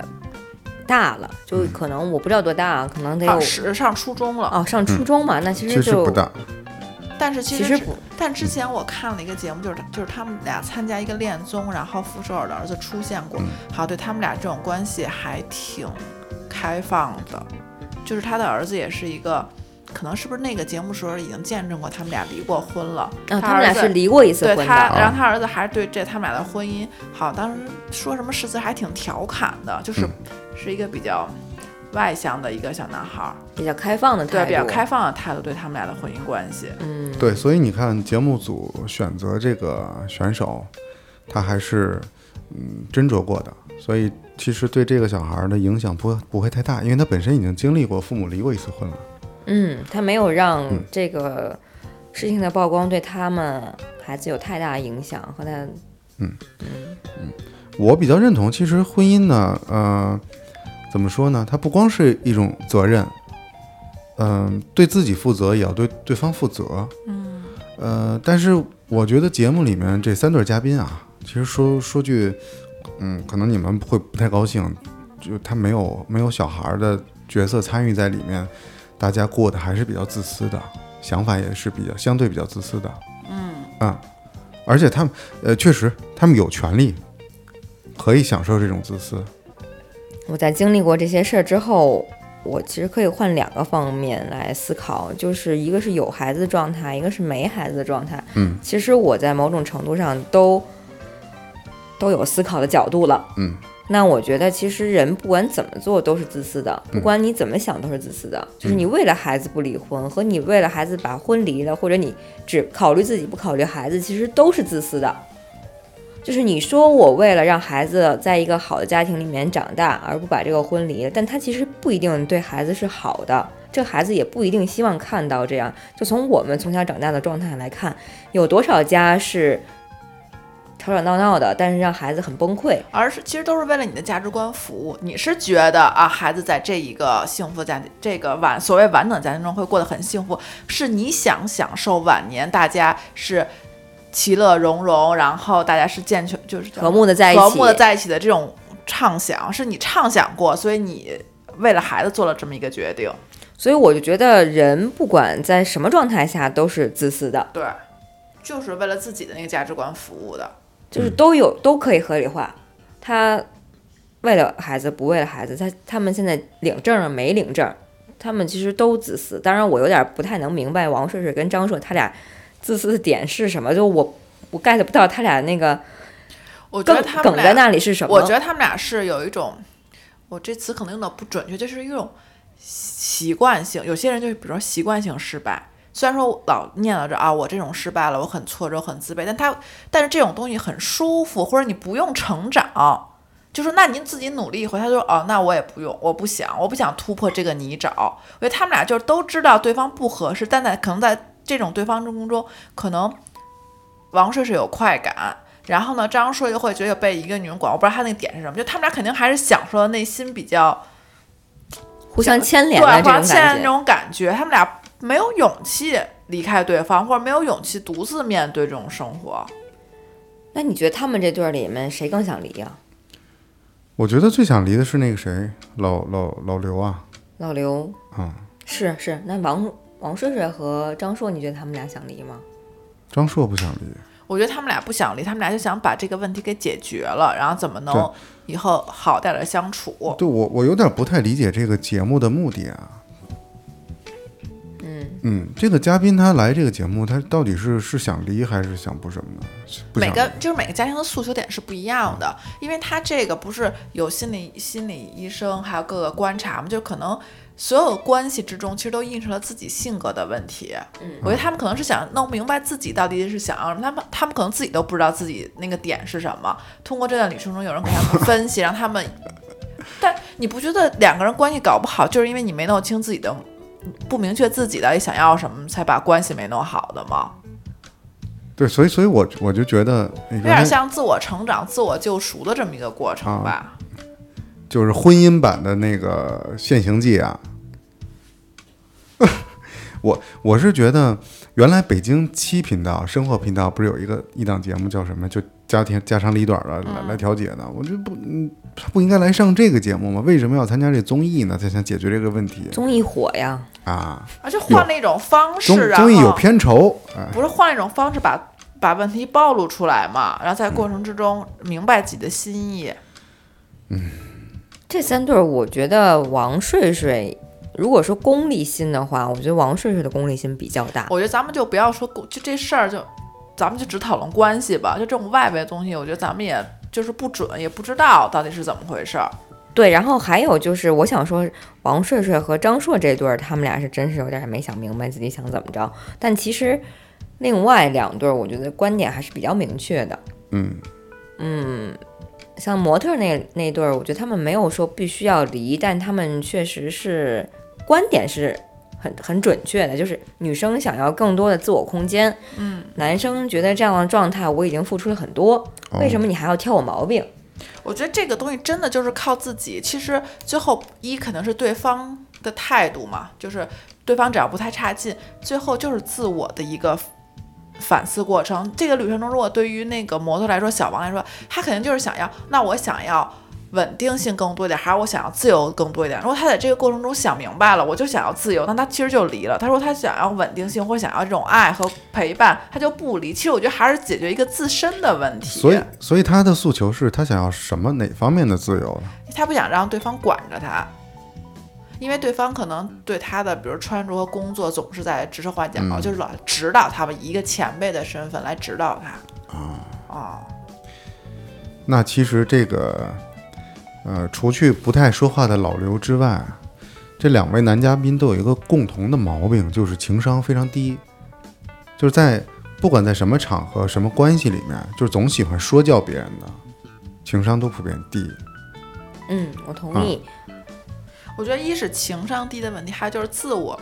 Speaker 1: 大了，就可能我不知道多大啊，可能得有
Speaker 3: 好是上初中了，
Speaker 1: 哦上初中嘛，那其
Speaker 2: 其
Speaker 1: 实
Speaker 2: 实
Speaker 1: 就
Speaker 2: 不大，
Speaker 3: 但是
Speaker 1: 其
Speaker 3: 其
Speaker 1: 实
Speaker 3: 实
Speaker 1: 不
Speaker 3: 但之前我看了一个节目，就是他就是他们俩参加一个恋综，然后傅首尔的儿子出现过，好像对他们俩这种关系还挺开放的，就是他的儿子也是一个，可能是不是那个节目时候已经见证过他们俩离过婚了，
Speaker 1: 啊，他
Speaker 3: 他
Speaker 1: 们俩
Speaker 3: 儿子
Speaker 1: 是离过一次
Speaker 3: 对
Speaker 1: 婚
Speaker 3: 他
Speaker 1: 的，，啊
Speaker 3: 然后他儿子还是对这他们俩的婚姻，好像当时说什么誓词还挺调侃的，就是、是一个比较外向的一个小男孩儿，
Speaker 1: 比较开放的态
Speaker 3: 对嗯
Speaker 1: 度，
Speaker 3: 比较开放的态度对他们俩的婚姻关系，
Speaker 1: 嗯，
Speaker 2: 对，所以你看节目组选择这个选手，他还是嗯斟酌过的，所以其实对这个小孩儿的影响不会不会太大，因为他本身已经经历过父母离过一次婚了。
Speaker 1: 嗯，他没有让这个事情的曝光对他们孩子有太大的影响，和他
Speaker 2: 我比较认同，其实婚姻呢，呃，怎么说呢？它不光是一种责任，嗯、对自己负责，也要对对方负责。嗯，呃，但是我觉得节目里面这三对嘉宾啊，其实说说句，嗯，可能你们会不太高兴，就他没有没有小孩儿的角色参与在里面，大家过得还是比较自私的，想法也是比较相对比较自私的。嗯啊，而且他们，呃，确实他们有权利。可以享受这种自私。
Speaker 1: 我在经历过这些事儿之后，我其实可以换两个方面来思考，就是一个是有孩子的状态，一个是没孩子的状态。
Speaker 2: 嗯，
Speaker 1: 其实我在某种程度上都都有思考的角度了。
Speaker 2: 嗯，
Speaker 1: 那我觉得其实人不管怎么做都是自私的，
Speaker 2: 嗯
Speaker 1: 不管你怎么想都是自私的。就是你为了孩子不离婚，和你为了孩子把婚离了，或者你只考虑自己不考虑孩子，其实都是自私的。就是你说我为了让孩子在一个好的家庭里面长大，而不把这个婚离了，但他其实不一定对孩子是好的，这孩子也不一定希望看到这样。就从我们从小长大的状态来看，有多少家是他吵吵闹闹的，但是让孩子很崩溃。
Speaker 3: 而是其实都是为了你的价值观服务。你是觉得啊，孩子在这一个幸福家庭，这个晚所谓完整家庭中会过得很幸福，是你想享受晚年大家是其乐融融，然后大家是健全，就是叫
Speaker 1: 和睦的在一起，
Speaker 3: 和睦的在一起的这种畅想，是你畅想过，所以你为了孩子做了这么一个决定。
Speaker 1: 所以我就觉得人不管在什么状态下都是自私的，
Speaker 3: 对，就是为了自己的那个价值观服务的。
Speaker 1: 就是都有、都可以合理化。他为了孩子，不为了孩子，他他们现在领证了没领证，他们其实都自私。当然，我有点不太能明白王睡睡跟张硕他俩自私的点是什么，就我我 get 不到他俩那个
Speaker 3: 我觉得
Speaker 1: 梗
Speaker 3: 他们
Speaker 1: 梗
Speaker 3: 俩，
Speaker 1: 在那里是什么。
Speaker 3: 我觉得他们俩是有一种，我这词可能用的不准确，就是一种习惯性。有些人就是比如说习惯性失败，虽然说我老念叨着啊，我这种失败了，我很挫折，很自卑，但他但是这种东西很舒服，或者你不用成长。就说那您自己努力一回，他就说哦，那我也不用，我不想，我不想突破这个泥沼。我觉得他们俩就是都知道对方不合适，但在可能在这种对方中中，可能王睡睡有快感，然后呢，张硕又会觉得被一个女人管，我不知道他那个点是什么，就他们俩肯定还是享受内心比较
Speaker 1: 互相牵
Speaker 3: 对啊
Speaker 1: 连的这
Speaker 3: 黄
Speaker 1: 种
Speaker 3: 倩那
Speaker 1: 感觉，
Speaker 3: 种感觉，他们俩没有勇气离开对方，或者没有勇气独自面对这种生活。
Speaker 1: 那你觉得他们这对儿里面谁更想离啊呀、
Speaker 2: 我觉得最想离的是那个谁，老老老刘啊，
Speaker 1: 老刘
Speaker 2: 嗯，
Speaker 1: 是是，那王王睡睡和张硕，你觉得他们俩想离吗？
Speaker 2: 张硕不想离。
Speaker 3: 我觉得他们俩不想离，他们俩就想把这个问题给解决了，然后怎么能
Speaker 2: 对
Speaker 3: 以后好点的相处？
Speaker 2: 对我我有点不太理解这个节目的目的啊。嗯这个嘉宾他来这个节目，他到底是是想离还是想不什么呢？不
Speaker 3: 每
Speaker 2: 想
Speaker 3: 个就是每个家庭的诉求点是不一样的，因为他这个不是有心理心理医生，还有各个观察嘛，就可能所有关系之中，其实都映射了自己性格的问题。嗯，我觉得他们可能是想弄明白自己到底是想要什么，他们他们可能自己都不知道自己那个点是什么。通过这段旅程中，有人给他们分析，让他们，但你不觉得两个人关系搞不好，就是因为你没弄清自己的，不明确自己到底想要什么，才把关系没弄好的吗？
Speaker 2: 对，所以所以我我就觉得哎有
Speaker 3: 有点啊像自我成长、自我救赎的这么一个过程吧。
Speaker 2: 就是婚姻版的那个《现行记》啊。 我我是觉得，原来北京七频道、生活频道不是有一个一档节目叫什么？就家庭家长里短的来来调解的。我就不，嗯，他不应该来上这个节目吗？为什么要参加这综艺呢？他想解决这个问题
Speaker 1: 综艺火呀，
Speaker 2: 啊。
Speaker 3: 而且换了一种方
Speaker 2: 综
Speaker 3: 式，然后
Speaker 2: 综艺有片酬，哎，
Speaker 3: 不是换了一种方式把把问题暴露出来嘛？然后在过程之中明白自己的心意。
Speaker 1: 这三对儿，我觉得王睡睡，如果说功利心的话，我觉得王睡睡的功利心比较大。
Speaker 3: 我觉得咱们就不要说过就这事儿就，咱们就只讨论关系吧。就这种外围的东西，我觉得咱们也就是不准，也不知道到底是怎么回事儿。
Speaker 1: 对，然后还有就是，我想说，王睡睡和张硕这对儿，他们俩是真是有点没想明白自己想怎么着。但其实，另外两对儿，我觉得观点还是比较明确的。
Speaker 2: 嗯，
Speaker 1: 像模特那那对儿，我觉得他们没有说必须要离，但他们确实是观点是很很准确的，就是女生想要更多的自我空间，嗯，男生觉得这样的状态我已经付出了很多，为什
Speaker 2: 么？
Speaker 1: 么你还要挑我毛病？
Speaker 3: 我觉得这个东西真的就是靠自己。其实最后一肯定是对方的态度嘛，就是对方只要不太差劲，最后就是自我的一个反思过程。这个旅程中，如果对于那个模特来说，小王来说，他肯定就是想要，那我想要。稳定性更多一点，还是我想要自由更多一点？如果他在这个过程中想明白了，我就想要自由，那他其实就离了。他说他想要稳定性或者想要这种爱和陪伴，他就不离。其实我觉得还是解决一个自身的问题。
Speaker 2: 所以所以他的诉求是他想要什么哪方面的自由呢？
Speaker 3: 他不想让对方管着他，因为对方可能对他的比如穿着和工作总是在指手画脚，
Speaker 2: 嗯
Speaker 3: 就是老指导他吧，以一个前辈的身份来指导他。啊、
Speaker 2: 那其实这个，呃，除去不太说话的老刘之外，这两位男嘉宾都有一个共同的毛病，就是情商非常低，就是在不管在什么场合、什么关系里面，就是总喜欢说教别人的，情商都普遍低。
Speaker 1: 嗯，我同意。
Speaker 3: 我觉得一是情商低的问题，还有就是自我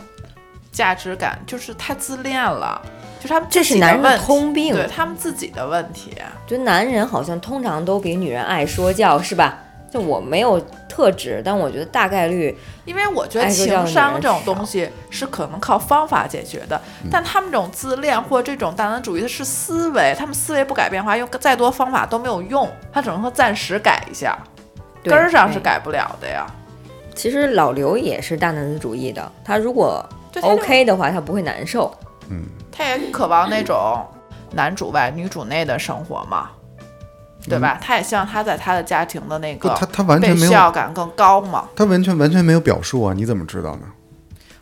Speaker 3: 价值感，就是太自恋了。就是他们
Speaker 1: 这
Speaker 3: 自
Speaker 1: 是
Speaker 3: 己的
Speaker 1: 男人
Speaker 3: 问
Speaker 1: 的
Speaker 3: 题
Speaker 1: 通病。
Speaker 3: 对他们自己的问题。
Speaker 1: 就男人好像通常都比女人爱说教，是吧？就我没有特指，但我觉得大概率
Speaker 3: 因为我觉得
Speaker 1: 爱说教
Speaker 3: 情
Speaker 1: 的
Speaker 3: 商
Speaker 1: 人
Speaker 3: 这种
Speaker 1: 少
Speaker 3: 东西是可能靠方法解决的，
Speaker 2: 嗯
Speaker 3: 但他们这种自恋或者这种大男子主义，的是思维，他们思维不改变的话，用再多方法都没有用，他只能说暂时改一下，
Speaker 1: 对
Speaker 3: 根儿上是
Speaker 1: 对
Speaker 3: 改不了的呀。
Speaker 1: 其实老刘也是大男子主义的，他如果
Speaker 3: 对他就
Speaker 1: OK 的话，他不会难受。
Speaker 3: 他也渴望那种男主外女主内的生活嘛，对吧？他也希望他在他的家庭的那
Speaker 2: 嗯不，
Speaker 3: 个
Speaker 2: 他他完
Speaker 3: 被
Speaker 2: 全没
Speaker 3: 需
Speaker 2: 有，
Speaker 3: 要感更高嘛。
Speaker 2: 他完全完全没有表述啊，你怎么知道呢？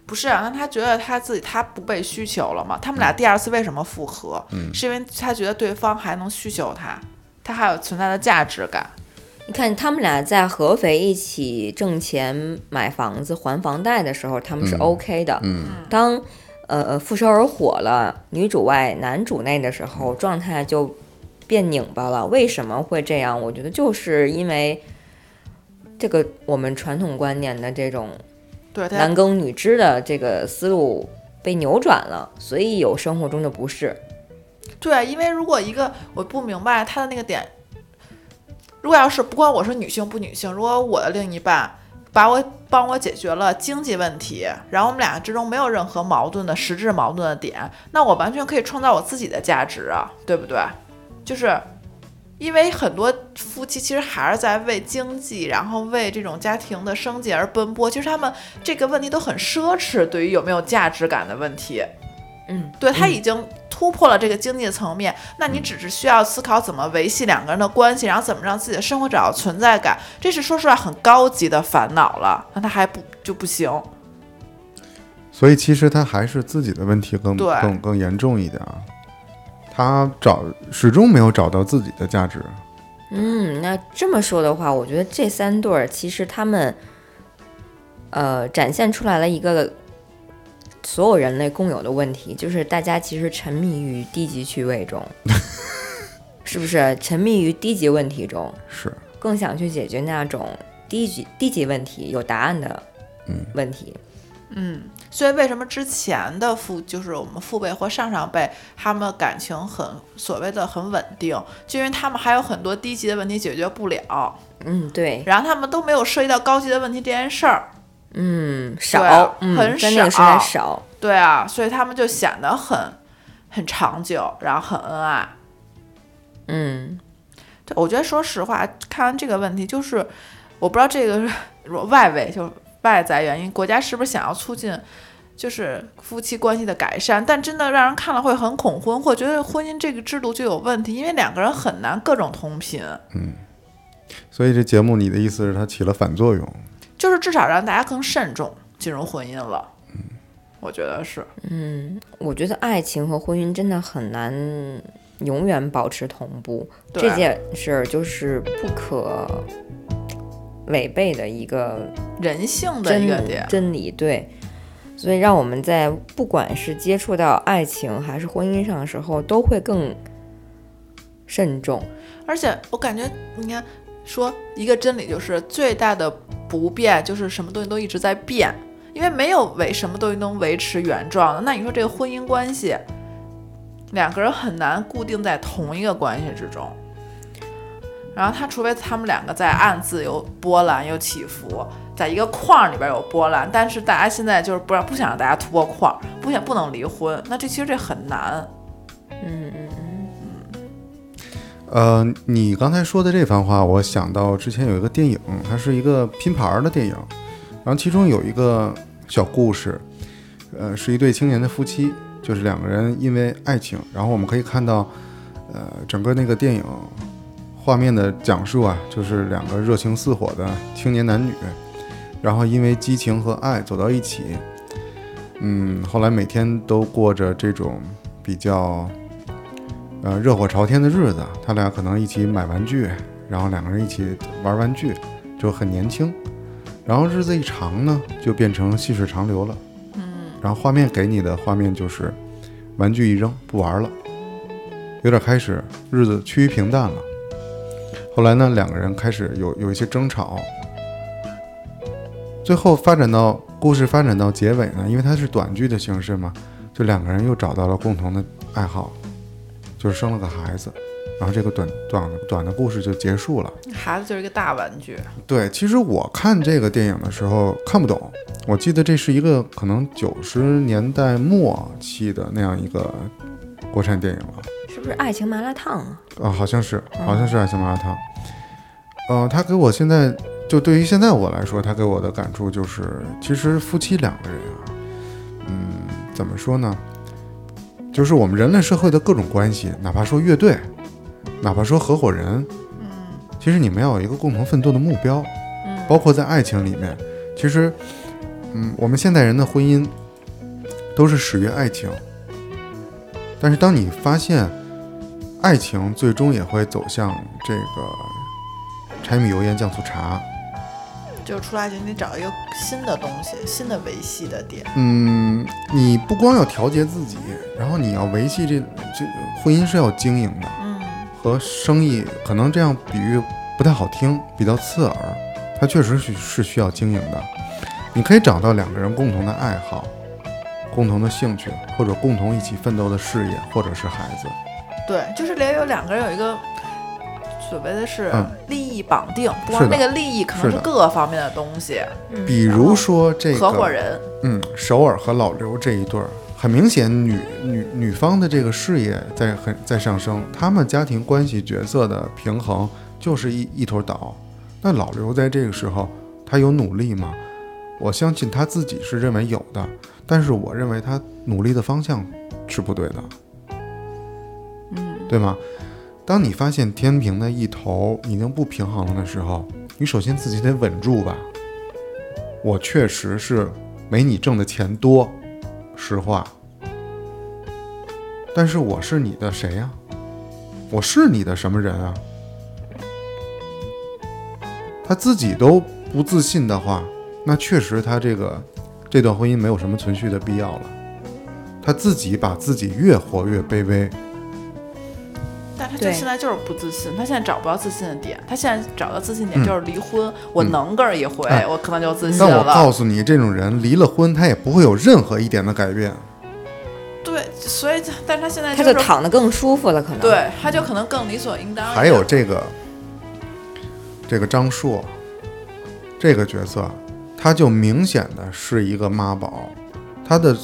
Speaker 3: 不是啊，那他觉得他自己他不被需求了嘛？他们俩第二次为什么复合？是因为他觉得对方还能需求他，他还有存在的价值感。
Speaker 1: 你看他们俩在合肥一起挣钱买房子还房贷的时候，他们是
Speaker 2: 嗯
Speaker 1: OK 的。
Speaker 2: 嗯，
Speaker 1: 当呃傅首尔火了，女主外男主内的时候，状态就变拧巴了。为什么会这样？我觉得就是因为这个我们传统观念的这种
Speaker 3: 对，他
Speaker 1: 男耕女织的这个思路被扭转了，所以有生活中的不适。
Speaker 3: 对，因为如果一个我不明白他的那个点，如果要是不管我是女性不女性，如果我的另一半把我帮我解决了经济问题，然后我们俩之中没有任何矛盾的实质矛盾的点，那我完全可以创造我自己的价值啊，对不对？就是因为很多夫妻其实还是在为经济，然后为这种家庭的生计而奔波，其实他们这个问题都很奢侈，对于有没有价值感的问题。
Speaker 1: 嗯，
Speaker 3: 对他已经突破了这个经济层面，那你只是需要思考怎么维系两个人的关系，然后怎么让自己的生活找到存在感，这是说实话很高级的烦恼了。那他还不就不行？
Speaker 2: 所以其实他还是自己的问题更
Speaker 3: 对
Speaker 2: 更更严重一点啊，他找始终没有找到自己的价值，
Speaker 1: 嗯，那这么说的话，我觉得这三对儿其实他们，呃，展现出来了一个所有人类共有的问题，就是大家其实沉迷于低级趣味中，是不是？沉迷于低级问题中，
Speaker 2: 是
Speaker 1: 更想去解决那种低级低级问题有答案的
Speaker 2: 嗯
Speaker 1: 问题。
Speaker 3: 嗯，所以为什么之前的父就是我们父辈或上上辈，他们感情很所谓的很稳定，就因为他们还有很多低级的问题解决不了，
Speaker 1: 嗯，对，
Speaker 3: 然后他们都没有涉及到高级的问题这件事儿。
Speaker 1: 嗯，少，嗯，
Speaker 3: 啊很
Speaker 1: 在那个时
Speaker 3: 少
Speaker 1: 代少。
Speaker 3: 对啊，所以他们就显得很很长久，然后很恩爱。
Speaker 1: 嗯，
Speaker 3: 对，我觉得说实话，看完这个问题，就是我不知道这个是如果外围就是外在原因，国家是不是想要促进就是夫妻关系的改善？但真的让人看了会很恐婚，或觉得婚姻这个制度就有问题，因为两个人很难各种同频，
Speaker 2: 所以这节目你的意思是它起了反作用，
Speaker 3: 就是至少让大家更慎重进入婚姻了。我觉得是，
Speaker 1: 我觉得爱情和婚姻真的很难永远保持同步，
Speaker 3: 对
Speaker 1: 这件事儿就是不可违背的一个
Speaker 3: 人性的
Speaker 1: 真
Speaker 3: 一
Speaker 1: 理
Speaker 3: 个点，
Speaker 1: 真理，对。所以，让我们在不管是接触到爱情还是婚姻上的时候，都会更慎重。
Speaker 3: 而且我感觉，你看，说一个真理就是最大的不变就是什么东西都一直在变，因为没有维什么东西能维持原状的。那你说这个婚姻关系，两个人很难固定在同一个关系之中。然后他除非他们两个在暗自有波澜有起伏，在一个框儿里边有波澜，但是大家现在就是不让不想让大家突破框儿，不想不能离婚，那这其实这很难。
Speaker 2: 呃，你刚才说的这番话，我想到之前有一个电影，它是一个拼盘儿的电影，然后其中有一个小故事，呃，是一对青年的夫妻，就是两个人因为爱情，然后我们可以看到，呃，整个那个电影画面的讲述啊，就是两个热情似火的青年男女，然后因为激情和爱走到一起，嗯，后来每天都过着这种比较呃热火朝天的日子，他俩可能一起买玩具，然后两个人一起玩玩具，就很年轻。然后日子一长呢，就变成细水长流了。嗯。然后画面给你的画面就是，玩具一扔不玩了，有点开始日子趋于平淡了。后来呢，两个人开始有有一些争吵。最后发展到故事发展到结尾呢，因为它是短剧的形式嘛，就两个人又找到了共同的爱爱好，就是生了个孩子，然后这个短短的短的故事就结束了。
Speaker 3: 孩子就是一个大玩具，
Speaker 2: 对，其实我看这个电影的时候看不懂，我记得这是一个可能九十年代末期的那样一个国产电影了。
Speaker 1: 是不是《爱情麻辣烫》啊？
Speaker 2: 啊，好像是，
Speaker 3: 嗯
Speaker 2: 好像是爱情麻辣烫。呃，他给我现在就对于现在我来说，他给我的感触就是，其实夫妻两个人啊，嗯，怎么说呢？就是我们人类社会的各种关系，哪怕说乐队，哪怕说合伙人，
Speaker 3: 嗯，
Speaker 2: 其实你们要有一个共同奋斗的目标，
Speaker 3: 嗯
Speaker 2: 包括在爱情里面，其实，嗯，我们现代人的婚姻都是始于爱情，但是当你发现爱情最终也会走向这个柴米油盐酱醋茶，
Speaker 3: 就是出来就得找一个新的东西，新的维系的点，
Speaker 2: 嗯，你不光要调节自己，然后你要维系这这婚姻是要经营的，
Speaker 3: 嗯
Speaker 2: 和生意可能这样比喻不太好听，比较刺耳。它确实是是需要经营的。你可以找到两个人共同的爱好、共同的兴趣，或者共同一起奋斗的事业，或者是孩子。
Speaker 3: 对，就是连有两个人有一个所谓的是
Speaker 2: 嗯
Speaker 3: 利益绑定，不
Speaker 2: 是
Speaker 3: 光
Speaker 2: 的
Speaker 3: 那个利益可能
Speaker 2: 是
Speaker 3: 是
Speaker 2: 的哎
Speaker 3: 各个方面的东西，
Speaker 2: 比如说这个
Speaker 3: 嗯合伙，人，
Speaker 2: 嗯，首尔和老刘这一对儿，很明显女女女方的这个事业在很在上升，他们家庭关系角色的平衡就是一一坨倒。那老刘在这个时候，他有努力吗？我相信他自己是认为有的，但是我认为他努力的方向是不对的，
Speaker 3: 嗯，
Speaker 2: 对吗？当你发现天平的一头已经不平衡了的时候，你首先自己得稳住吧。我确实是没你挣的钱多，实话。但是我是你的谁呀、我是你的什么人啊？他自己都不自信的话，那确实他这个这段婚姻没有什么存续的必要了。他自己把自己越活越卑微，
Speaker 3: 但他就
Speaker 1: 对
Speaker 3: 现在就是不自信，他现在找不到自信的点，他现在找到自信点
Speaker 2: 嗯
Speaker 3: 就是离婚，我能个儿一回，
Speaker 2: 哎
Speaker 3: 我可能就自信
Speaker 2: 但我
Speaker 3: 了。
Speaker 2: 告诉你，这种人离了婚，他也不会有任何一点的改变。
Speaker 3: 对，所以但他现在
Speaker 1: 他
Speaker 3: 是
Speaker 1: 就躺得更舒服了，可能。
Speaker 3: 对，他就可能更理所应当。
Speaker 2: 还有这个这个张硕这个角色，他就明显的是一个妈宝，他的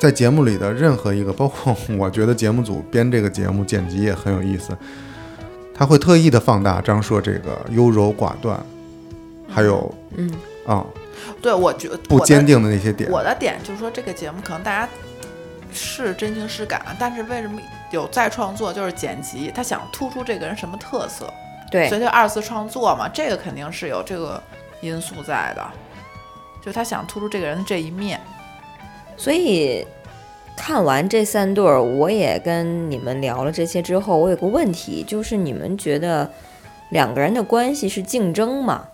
Speaker 2: 在节目里的任何一个，包括我 觉得节目组编这个节目剪辑也很有意思，他会特意的放大张硕这个优柔寡断，还有
Speaker 1: 嗯
Speaker 2: 啊、
Speaker 3: 对我觉
Speaker 2: 不坚
Speaker 3: 定
Speaker 2: 定的那些点
Speaker 3: 我。。的点就是说，这个节目可能大家是真情实感，但是为什么有再创作就是剪辑，他想突出这个人什么特色，所
Speaker 1: 对，
Speaker 3: 以就二次创作嘛，这个肯定是有这个因素在的，就他想突出这个人的这一面。
Speaker 1: 所以看完这三对儿，我也跟你们聊了这些之后，我有个问题，就是你们觉得两个人的关系是竞争吗？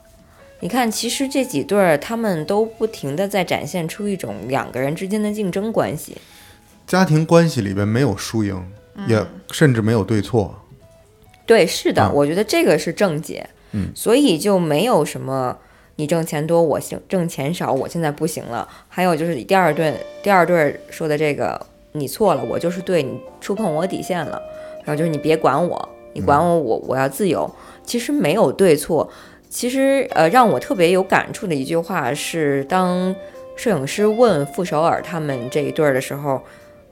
Speaker 1: 你看，其实这几对儿他们都不停的在展现出一种两个人之间的竞争关系。
Speaker 2: 家庭关系里边没有输赢，
Speaker 3: 嗯
Speaker 2: 也甚至没有对错。
Speaker 1: 对，是的，
Speaker 2: 啊
Speaker 1: 我觉得这个是正解。
Speaker 2: 嗯
Speaker 1: 所以就没有什么你挣钱多，我行挣钱少，我现在不行了。还有就是第二顿，第二对说的这个，你错了，我就是对你触碰我底线了。然后就是你别管我，你管我，我我要自由。其实没有对错。其实呃，让我特别有感触的一句话是，当摄影师问傅首尔他们这一对儿的时候，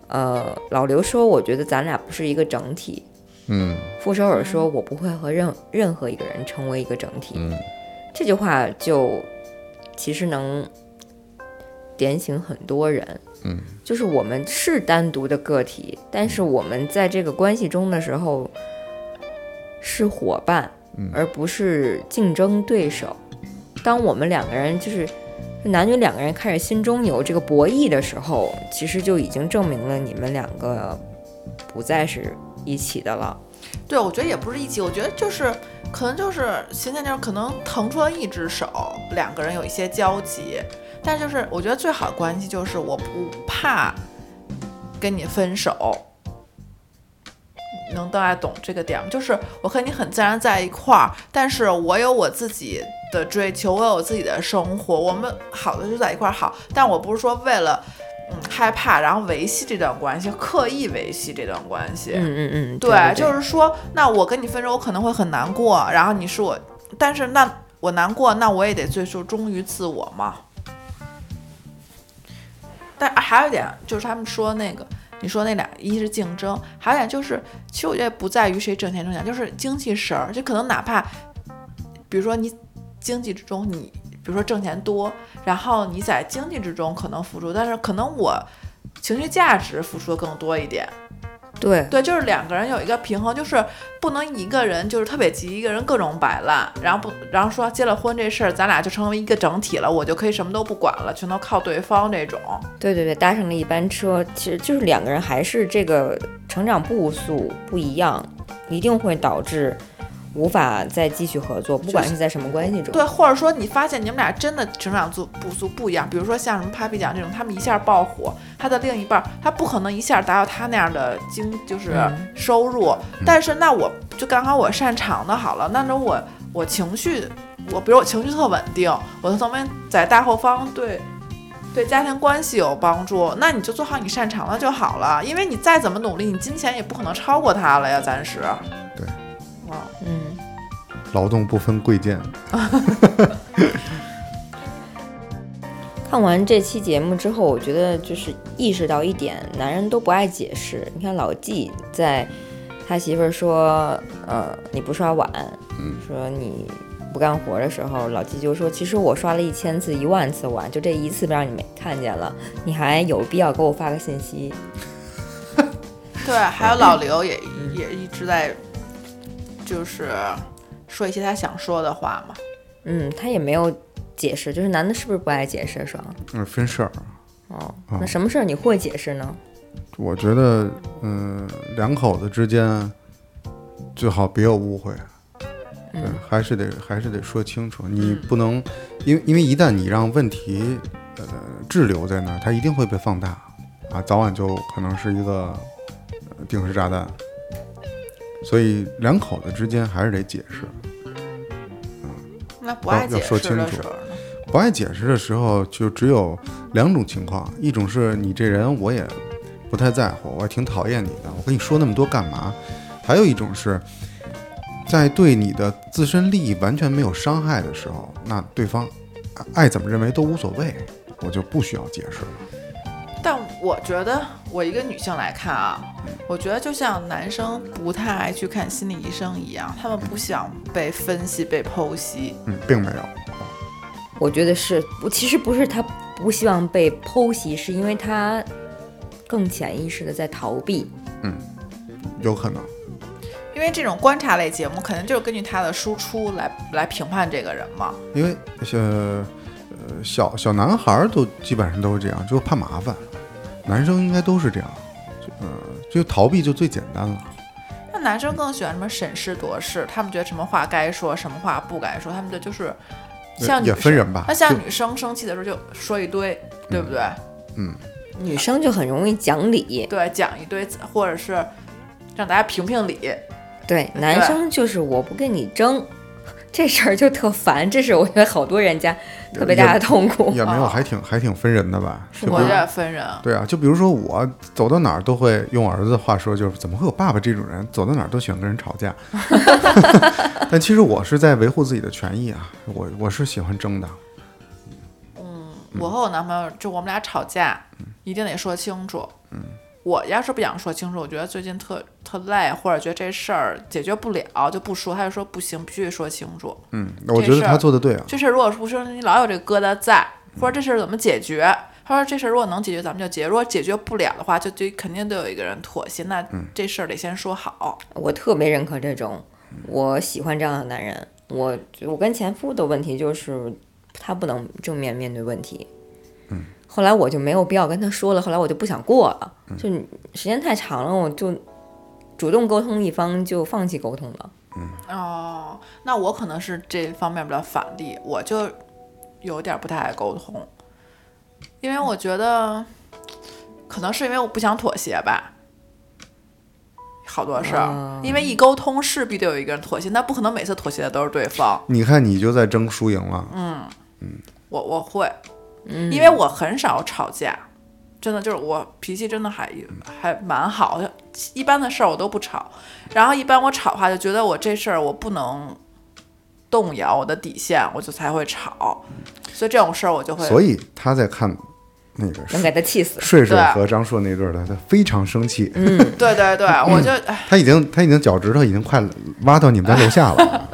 Speaker 1: 呃，老刘说：“我觉得咱俩不是一个整体。”
Speaker 2: 嗯
Speaker 1: 傅首尔说：“我不会和任任何一个人成为一个整体。
Speaker 2: 嗯，
Speaker 1: 这句话就其实能点醒很多人。
Speaker 2: 嗯，
Speaker 1: 就是我们是单独的个体，但是我们在这个关系中的时候是伙伴，
Speaker 2: 嗯
Speaker 1: 而不是竞争对手。当我们两个人就是男女两个人开始心中有这个博弈的时候，其实就已经证明了你们两个不再是一起的了。
Speaker 3: 对，我觉得也不是一起，我觉得就是可能就是邢倩就是可能腾出了一只手，两个人有一些交集，但就是我觉得最好的关系就是我不怕跟你分手。能大概懂这个点吗？就是我和你很自然在一块儿，但是我有我自己的追求，我有我自己的生活，我们好的就在一块儿好，但我不是说为了嗯害怕，然后维系这段关系，刻意维系这段关系。
Speaker 1: 嗯嗯嗯，
Speaker 3: 对，
Speaker 1: 对，
Speaker 3: 就是说，那我跟你分手，我可能会很难过，然后你是我，但是那我难过，那我也得最终忠于自我嘛。但啊还有一点就是他们说那个，你说那俩一是竞争，还有一点就是，其实我觉得不在于谁挣钱挣钱，就是精气神儿，就可能哪怕，比如说你经济之中你。比如说挣钱多，然后你在经济之中可能付出，但是可能我情绪价值付出的更多一点，
Speaker 1: 对
Speaker 3: 对，就是两个人有一个平衡，就是不能一个人就是特别急，一个人各种摆烂，然后不，然后说结了婚这事儿，咱俩就成为一个整体了，我就可以什么都不管了，全都靠对方这种。
Speaker 1: 对对对，搭上了一班车，其实就是两个人还是这个成长步数不一样，一定会导致无法再继续合作，不管是在什么关系中。
Speaker 3: 对，或者说你发现你们俩真的成长速步速不一样，比如说像什么 Papi 酱这种，他们一下爆火，他的另一半儿他不可能一下达到他那样的经就是
Speaker 1: 嗯
Speaker 3: 收入，但是那我就刚好我擅长的好了，那种我我情绪，我比如我情绪特稳定，我的层面在大后方对。对家庭关系有帮助，那你就做好你擅长的就好了，因为你再怎么努力，你金钱也不可能超过他了呀，暂时。
Speaker 2: 对，
Speaker 3: 哇，
Speaker 1: 嗯，
Speaker 2: 劳动不分贵贱，
Speaker 1: 看完这期节目之后，我觉得就是意识到一点，男人都不爱解释。你看老纪在他媳妇儿说，呃，你不刷碗，
Speaker 2: 嗯
Speaker 1: 说你不干活的时候，老纪就说，其实我刷了一千次、一万次碗，就这一次让你没看见了，你还有必要给我发个信息？
Speaker 3: 对，
Speaker 2: 嗯
Speaker 3: 还有老刘也、也一直在，就是说一些他想说的话嘛。
Speaker 1: 嗯，他也没有解释，就是男的是不是不爱解释，爽？
Speaker 2: 嗯，分事儿。
Speaker 1: 哦，
Speaker 2: 哦
Speaker 1: 那什么事儿你会解释呢？
Speaker 2: 我觉得，嗯、两口子之间最好别有误会，对，
Speaker 1: 嗯
Speaker 2: 还是得还是得说清楚，你不能，因为因为一旦你让问题呃滞留在那儿，它一定会被放大啊，早晚就可能是一个呃定时炸弹。所以两口子之间还是得解释，
Speaker 3: 那不爱
Speaker 2: 要
Speaker 3: 解
Speaker 2: 说
Speaker 3: 释的时
Speaker 2: 清楚
Speaker 3: 候呢，
Speaker 2: 不爱解释的时候，就只有两种情况：一种是你这人我也不太在乎，我还挺讨厌你的，我跟你说那么多干嘛？还有一种是，在对你的自身利益完全没有伤害的时候，那对方啊爱怎么认为都无所谓，我就不需要解释了。
Speaker 3: 但我觉得我一个女性来看啊，我觉得就像男生不太爱去看心理医生一样，他们不想被分析、被剖析。
Speaker 2: 嗯，并没有，
Speaker 1: 我觉得是，我其实不是他不希望被剖析，是因为他更潜意识的在逃避。
Speaker 2: 有可能
Speaker 3: 因为这种观察类节目，肯定就是根据他的输出来来评判这个人嘛。
Speaker 2: 因为呃呃小小男孩儿都基本上都是这样，就呃怕麻烦，男生应该都是这样，就呃就逃避就最简单了。
Speaker 3: 那男生更喜欢什么审时度势，他们觉得什么话该说，什么话不该说，他们的就是
Speaker 2: 也
Speaker 3: 像女
Speaker 2: 呃也分
Speaker 3: 生
Speaker 2: 人吧
Speaker 3: 那像
Speaker 2: 就嗯
Speaker 3: 女生生气的时候就说一堆，对不对？
Speaker 1: 女生就很容易讲理，
Speaker 3: 对，讲一堆，或者是让大家评评理。
Speaker 1: 对，男生就是我不跟你争， 这事儿就特烦。这是我觉得好多人家特别大的痛苦。
Speaker 2: 也没有，
Speaker 3: 哦
Speaker 2: 还挺还挺分人的吧？就比
Speaker 3: 我
Speaker 2: 如
Speaker 3: 有点分人，
Speaker 2: 对啊，就比如说我走到哪儿都会用儿子的话说，就是怎么会有爸爸这种人，走到哪儿都喜欢跟人吵 架。 但其实我是在维护自己的权益啊，我我是喜欢争的。
Speaker 3: 我和我男朋友就我们俩吵架，
Speaker 2: 嗯
Speaker 3: 一定得说清楚。嗯，我要是不想说清楚，我觉得最近特特累，或者觉得这事儿解决不了，就不说。他就说不行，必须说清楚。
Speaker 2: 嗯，我觉得
Speaker 3: 事儿
Speaker 2: 他做的对啊。
Speaker 3: 这事儿如果不是你老有这个疙瘩在，或者这事儿怎么解决？他说这事儿如果能解决，咱们就解决；如果解决不了的话，就就肯定得有一个人妥协。那这事儿得先说好。
Speaker 1: 我特别认可这种，我喜欢这样的男人。我我跟前夫的问题就是他不能正面面对问题。嗯。后来我就没有必要跟他说了，后来我就不想过了，就时间太长了，我就主动沟通一方就放弃沟通了。
Speaker 3: 哦，那我可能是这方面比较反例，我就有点不太爱沟通，因为我觉得可能是因为我不想妥协吧。好多事儿，因为一沟通势必得有一个人妥协，那不可能每次妥协的都是对方。
Speaker 2: 你看，你就在争输
Speaker 3: 嗯
Speaker 2: 赢了。
Speaker 3: 我我会，因为我很少吵架，真的就是我脾气真的还还蛮好的，一般的事儿我都不吵。然后一般我吵的话，就觉得我这事儿我不能动摇我的底线，我就才会吵。所以这种事儿我就会，
Speaker 2: 所以他在看那个
Speaker 1: 能给他气死。
Speaker 2: 睡睡
Speaker 3: 对啊嗯
Speaker 2: 和张硕那对儿的，他非常生气，
Speaker 3: 对对 对，我就哎
Speaker 2: 他已经他已经脚趾头已经快挖到你们家楼 下了。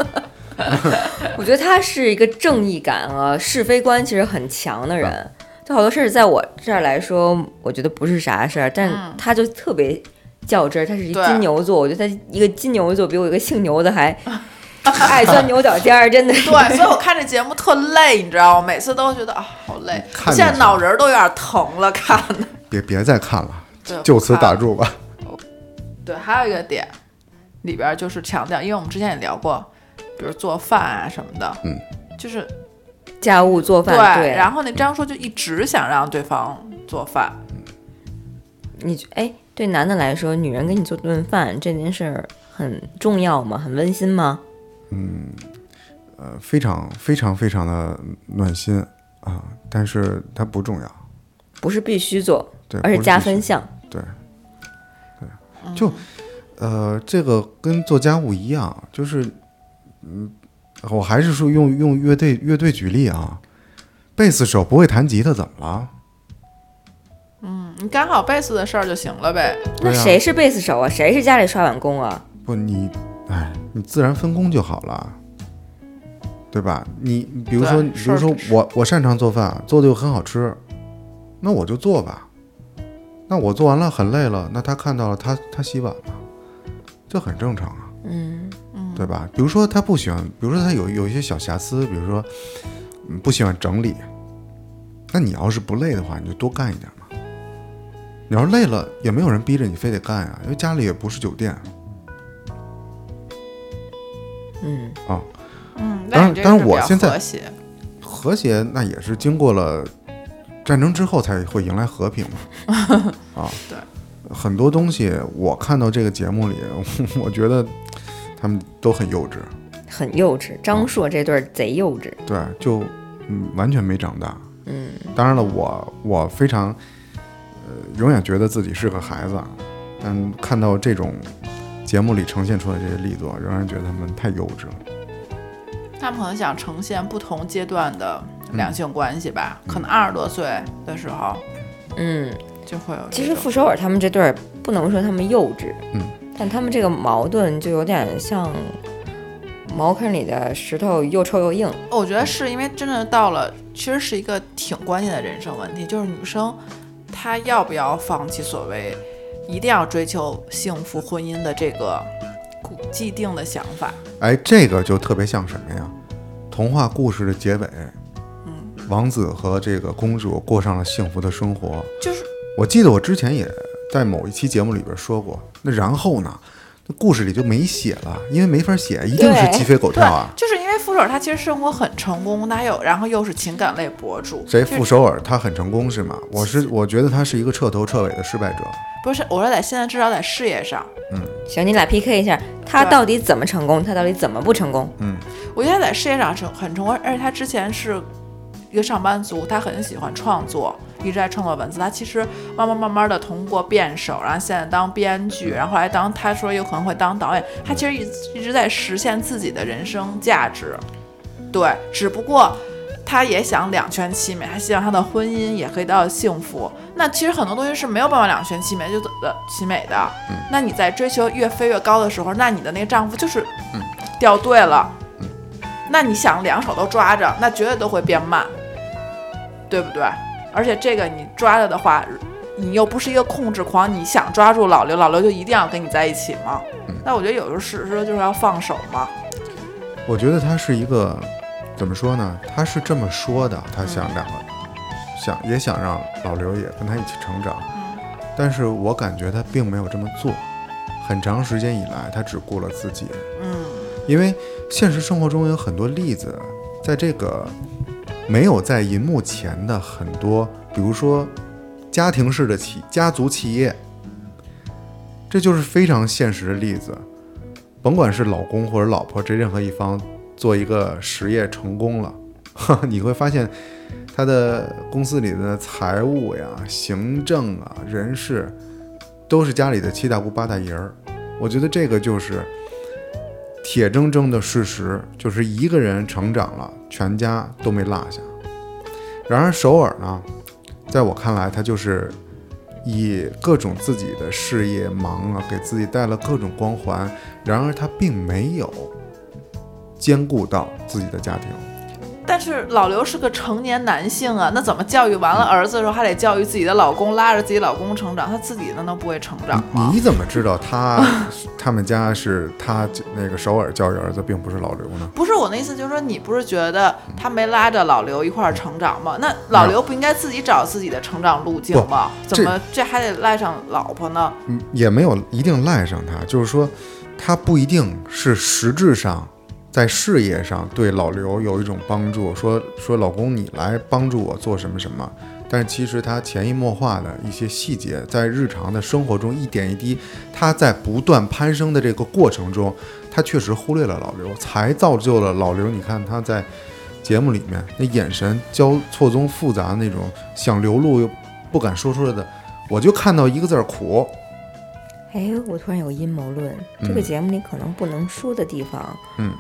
Speaker 1: 我觉得他是一个正义感啊、是非观其实很强的
Speaker 2: 嗯
Speaker 1: 人。就好多事儿在我这儿来说，我觉得不是啥事儿，但
Speaker 2: 嗯
Speaker 1: 他就特别较真儿。他是一
Speaker 3: 对
Speaker 1: 金牛座，我觉得他一个金牛座比我一个姓牛的还 爱钻牛角尖儿，真的是。
Speaker 3: 对，所以我看这节目特累，你知道吗？每次都觉得啊好累，
Speaker 2: 看
Speaker 3: 现在
Speaker 2: 着
Speaker 3: 脑仁儿都有点疼了，看的。
Speaker 2: 别别再看了，
Speaker 3: 对
Speaker 2: 就此打。住吧。
Speaker 3: 对，还有一个点里边儿就是强调，因为我们之前也聊过，比如做饭啊什么的，
Speaker 2: 嗯，
Speaker 3: 就是
Speaker 1: 家务做饭，对。
Speaker 3: 然后那张硕就一直想让对方做饭，
Speaker 1: 你觉哎，对男的来说，女人给你做顿饭这件事儿很重要吗？很温馨吗？
Speaker 2: 呃，非常非常非常的暖心啊，但是它不重要，
Speaker 1: 不是必须做，
Speaker 2: 对，嗯
Speaker 1: 而
Speaker 2: 不
Speaker 1: 是加
Speaker 2: 必须
Speaker 1: 分项。
Speaker 2: 对，对，就呃，这个跟做家务一样，就是嗯，我还是说用用乐队乐队举例啊，贝斯手不会弹吉他怎么了？
Speaker 3: 你干好贝斯的事儿就行了呗。
Speaker 2: 对
Speaker 1: 那
Speaker 2: 啊
Speaker 1: 谁是贝斯手啊？谁是家里刷碗工啊？
Speaker 2: 不，你哎，你自然分工就好了。对吧？你比如说，
Speaker 3: 对
Speaker 2: 比
Speaker 3: 事儿
Speaker 2: 如说
Speaker 3: 是
Speaker 2: 我我擅长做饭，啊做的又很好吃，那我就做吧。那我做完了很累了，那他看到了，他他洗碗了，这很正常啊。
Speaker 1: 嗯，
Speaker 2: 对吧？比如说他不喜欢，比如说他有有一些小瑕疵，比如说嗯不喜欢整理，那你要是不累的话，你就多干一点嘛。你要是累了，也没有人逼着你非得干啊呀，因为家里也不是酒店。啊
Speaker 1: 嗯，
Speaker 2: 啊，
Speaker 3: 嗯，
Speaker 2: 当
Speaker 3: 那
Speaker 2: 然
Speaker 3: 你这
Speaker 2: 当
Speaker 3: 个
Speaker 2: 然我
Speaker 3: 比较
Speaker 2: 现在
Speaker 3: 和谐，
Speaker 2: 和谐那也是经过了战争之后才会迎来和平嘛。啊，
Speaker 3: 对，
Speaker 2: 很多东西我看到这个节目里， 我觉得他们都很幼稚，
Speaker 1: 很幼稚。张硕这对儿贼幼稚，
Speaker 2: 对，就嗯完全没长大。
Speaker 1: 嗯，
Speaker 2: 当然了，我我非常，呃，永远觉得自己是个孩子啊，但看到这种节目里呈现出来这些力作，仍然觉得他们太幼稚了。
Speaker 3: 他们可能想呈现不同阶段的
Speaker 2: 嗯
Speaker 3: 两性关系吧。可能二十多岁的时候
Speaker 1: 嗯。
Speaker 3: 就会有这种。
Speaker 1: 其实傅首尔他们这对儿不能说他们幼稚，
Speaker 2: 嗯，
Speaker 1: 但他们这个矛盾就有点像茅坑里的石头又臭又硬。
Speaker 3: 我觉得是因为真的到了，其实是一个挺关键的人生问题，就是女生她要不要放弃所谓一定要追求幸福婚姻的这个固既定的想法。
Speaker 2: 哎，这个就特别像什么呀？童话故事的结尾，
Speaker 3: 嗯
Speaker 2: 王子和这个公主过上了幸福的生活。
Speaker 3: 就是
Speaker 2: 我记得我之前也在某一期节目里边说过，那然后呢？那故事里就没写了，因为没法写，一定是
Speaker 1: 对
Speaker 2: 鸡飞狗跳啊。
Speaker 3: 就是因为傅首尔她其实生活很成功，她有然后又是情感类博主，
Speaker 2: 谁
Speaker 3: 就是
Speaker 2: 傅首尔他很成功是吗？我是我觉得他是一个彻头彻尾的失败者。
Speaker 3: 不是我说在现在至少在事业上，
Speaker 1: 行，你俩 PK 一下，他
Speaker 3: 对
Speaker 1: 到底怎么成功，他到底怎么不成功？
Speaker 3: 我觉得她在事业上是很成功，而且她之前是一个上班族，她很喜欢创作，一直在创作文字。她其实慢慢慢慢的通过辩手，然后现在当编剧，然后后来当她说有可能会当导演，她其实一直一直在实现自己的人生价值。对，只不过她也想两全其美，她希望她的婚姻也可以得到幸福。那其实很多东西是没有办法两全其美就呃其美的。那你在追求越飞越高的时候，那你的那个丈夫就是掉队了。那你想两手都抓着，那绝对都会变慢，对不对？而且这个你抓着的话，你又不是一个控制狂，你想抓住老刘，老刘就一定要跟你在一起吗？那我觉得有时候是说就是要放手嘛，
Speaker 2: 我觉得他是一个怎么说呢？他是这么说的，他想两个，想也想让老刘也跟他一起成长，但是我感觉他并没有这么做。很长时间以来，他只顾了自己。
Speaker 3: 嗯，
Speaker 2: 因为现实生活中有很多例子，在这个没有在银幕前的很多，比如说家庭式的企家族企业，这就是非常现实的例子。甭管是老公或者老婆，这任何一方做一个实业成功了，呵呵你会发现他的公司里的财务呀、行政啊、人事，都是家里的七大姑八大姨儿。我觉得这个就是铁铮铮的事实，就是一个人成长了，全家都没落下。然而首尔呢，在我看来，他就是以各种自己的事业忙啊，给自己带了各种光环，然而他并没有兼顾到自己的家庭。
Speaker 3: 但是老刘是个成年男性啊，那怎么教育完了儿子的时候，还得教育自己的老公，拉着自己老公成长，他自己难道不会成长吗？
Speaker 2: 你怎么知道他 他们家是他那个首尔教育儿子，并不是老刘呢？
Speaker 3: 不是我那意思，就是说你不是觉得他没拉着老刘一块儿成长吗？那老刘不应该自己找自己的成长路径吗？
Speaker 2: 不
Speaker 3: 怎么这还得赖上老婆呢？
Speaker 2: 嗯也没有一定赖上他，就是说他不一定是实质上在事业上对老刘有一种帮助，说说老公你来帮助我做什么什么，但是其实他潜移默化的一些细节，在日常的生活中一点一滴，他在不断攀升的这个过程中，他确实忽略了老刘，才造就了老刘。你看他在节目里面那眼神交错综复杂的那种想流露又不敢说出来的，我就看到一个字儿苦。
Speaker 1: 哎，我突然有阴谋论，这个节目里可能不能说的地方，
Speaker 2: 嗯，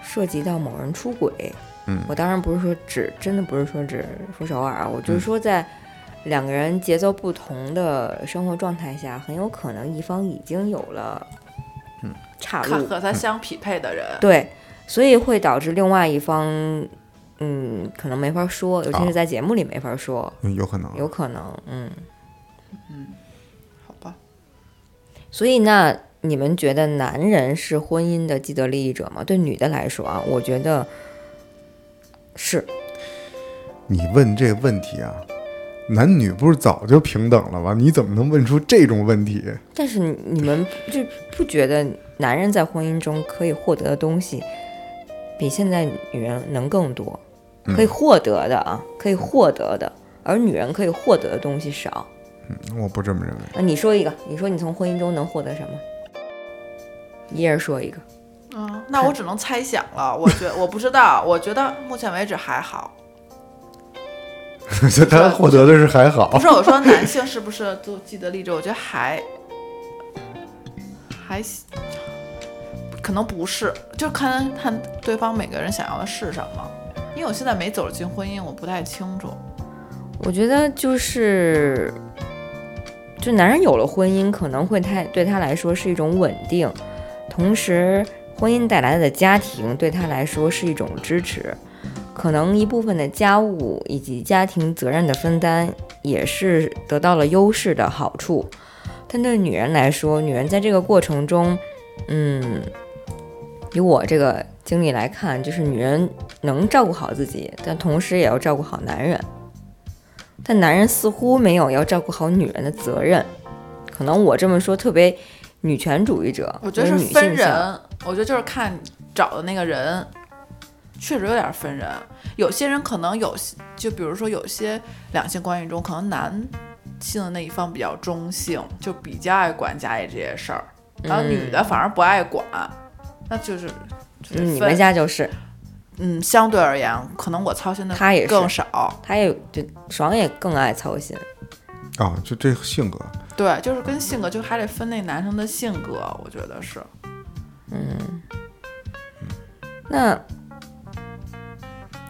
Speaker 1: 涉及到某人出轨，
Speaker 2: 嗯
Speaker 1: 我当然不是说只，真的不是说只说首尔啊，我就是说在两个人节奏不同的生活状态下，很有可能一方已经有了，嗯，岔
Speaker 3: 看
Speaker 1: 路，
Speaker 3: 和他相匹配的人，
Speaker 1: 对，所以会导致另外一方，嗯，可能没法说，尤其
Speaker 2: 啊
Speaker 1: 是在节目里没法说，
Speaker 2: 嗯，有可能。
Speaker 1: 有可能，嗯，
Speaker 3: 好吧？
Speaker 1: 所以那你们觉得男人是婚姻的既得利益者吗？对女的来说啊，我觉得是，
Speaker 2: 你问这问题啊，男女不是早就平等了吗？你怎么能问出这种问题？
Speaker 1: 但是你你们就不觉得男人在婚姻中可以获得的东西，比现在女人能更多，可以获得的啊，可以获得的，而女人可以获得的东西少。
Speaker 2: 我不这么认为。
Speaker 1: 那你说一个，你说你从婚姻中能获得什么？一人说一个，
Speaker 3: 嗯，那我只能猜想 了。我觉我不知道，我觉得目前为止还好。
Speaker 2: 他获得的是还好
Speaker 1: 哦
Speaker 3: 不，是我说男性是不是都记得立志？我觉得还还行可能不是，就看看对方每个人想要的是什么。因为我现在没走进婚姻，我不太清楚。
Speaker 1: 我觉得就是，就男人有了婚姻，可能会太对他来说是一种稳定，同时婚姻带来的家庭对他来说是一种支持，可能一部分的家务以及家庭责任的分担也是得到了优势的好处。但对女人来说，女人在这个过程中，嗯，以我这个经历来看，就是女人能照顾好自己，但同时也要照顾好男人。但男人似乎没有要照顾好女人的责任。可能我这么说特别女权主义者，
Speaker 3: 我觉得是
Speaker 1: 或者女
Speaker 3: 分
Speaker 1: 性向
Speaker 3: 人，我觉得就是看找的那个人，确实有点分人。有些人可能有些，就比如说有些两性关系中，可能男性的那一方比较中性，就比较爱管家里这些事儿，
Speaker 1: 嗯
Speaker 3: 然后女的反而不爱管，那就是。就得
Speaker 1: 嗯，你
Speaker 3: 分
Speaker 1: 们家就是，
Speaker 3: 嗯，相对而言，可能我操心的
Speaker 1: 他也是
Speaker 3: 更少。
Speaker 1: 他也就爽也更爱操心。
Speaker 2: 啊，就这性格，
Speaker 3: 对，就是跟性格，就还得分那男生的性格，我觉得是。
Speaker 1: 那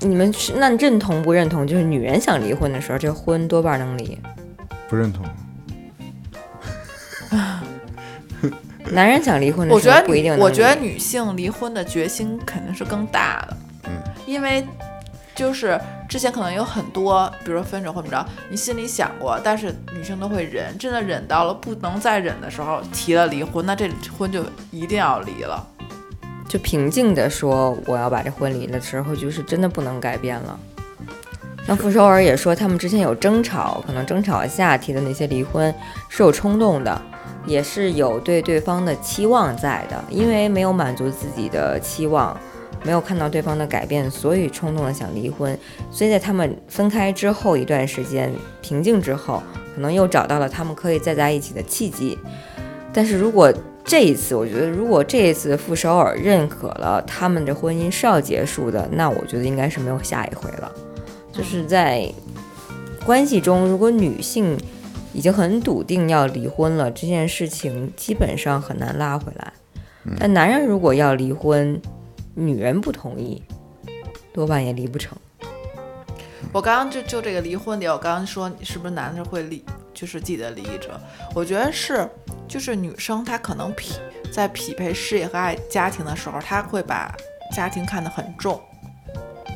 Speaker 1: 你们是那你认同不认同？就是女人想离婚的时候，这婚多半能离；
Speaker 2: 不认同。
Speaker 1: 男人想离婚的
Speaker 3: 我
Speaker 1: 时
Speaker 3: 觉
Speaker 1: 候
Speaker 3: 得
Speaker 1: 不一
Speaker 3: 女
Speaker 1: 定能离。
Speaker 3: 我觉得女性离婚的决心肯定是更大的，
Speaker 2: 嗯，
Speaker 3: 因为就是之前可能有很多，比如说分手或怎么着，你心里想过，但是女生都会忍，真的忍到了不能再忍的时候，提了离婚，那这婚就一定要离了。
Speaker 1: 就平静的说我要把这婚离的时候，就是真的不能改变了。那傅首尔也说，他们之前有争吵，可能争吵下提的那些离婚是有冲动的，也是有对对方的期望在的，因为没有满足自己的期望，没有看到对方的改变，所以冲动的想离婚。所以在他们分开之后一段时间平静之后，可能又找到了他们可以再在一起的契机。但是如果这一次，我觉得如果这一次傅首尔认可了他们的婚姻是要结束的，那我觉得应该是没有下一回了。就就是在关系中，如果女性已经很笃定要离婚了，这件事情基本上很难拉回来。但男人如果要离婚，女人不同意，多半也离不成。
Speaker 3: 我刚刚就就这个离婚点，我刚刚说你是不是男的会离，就是记得离异者？我觉得是，就是女生她可能匹在匹配事业和爱家庭的时候，她会把家庭看得很重，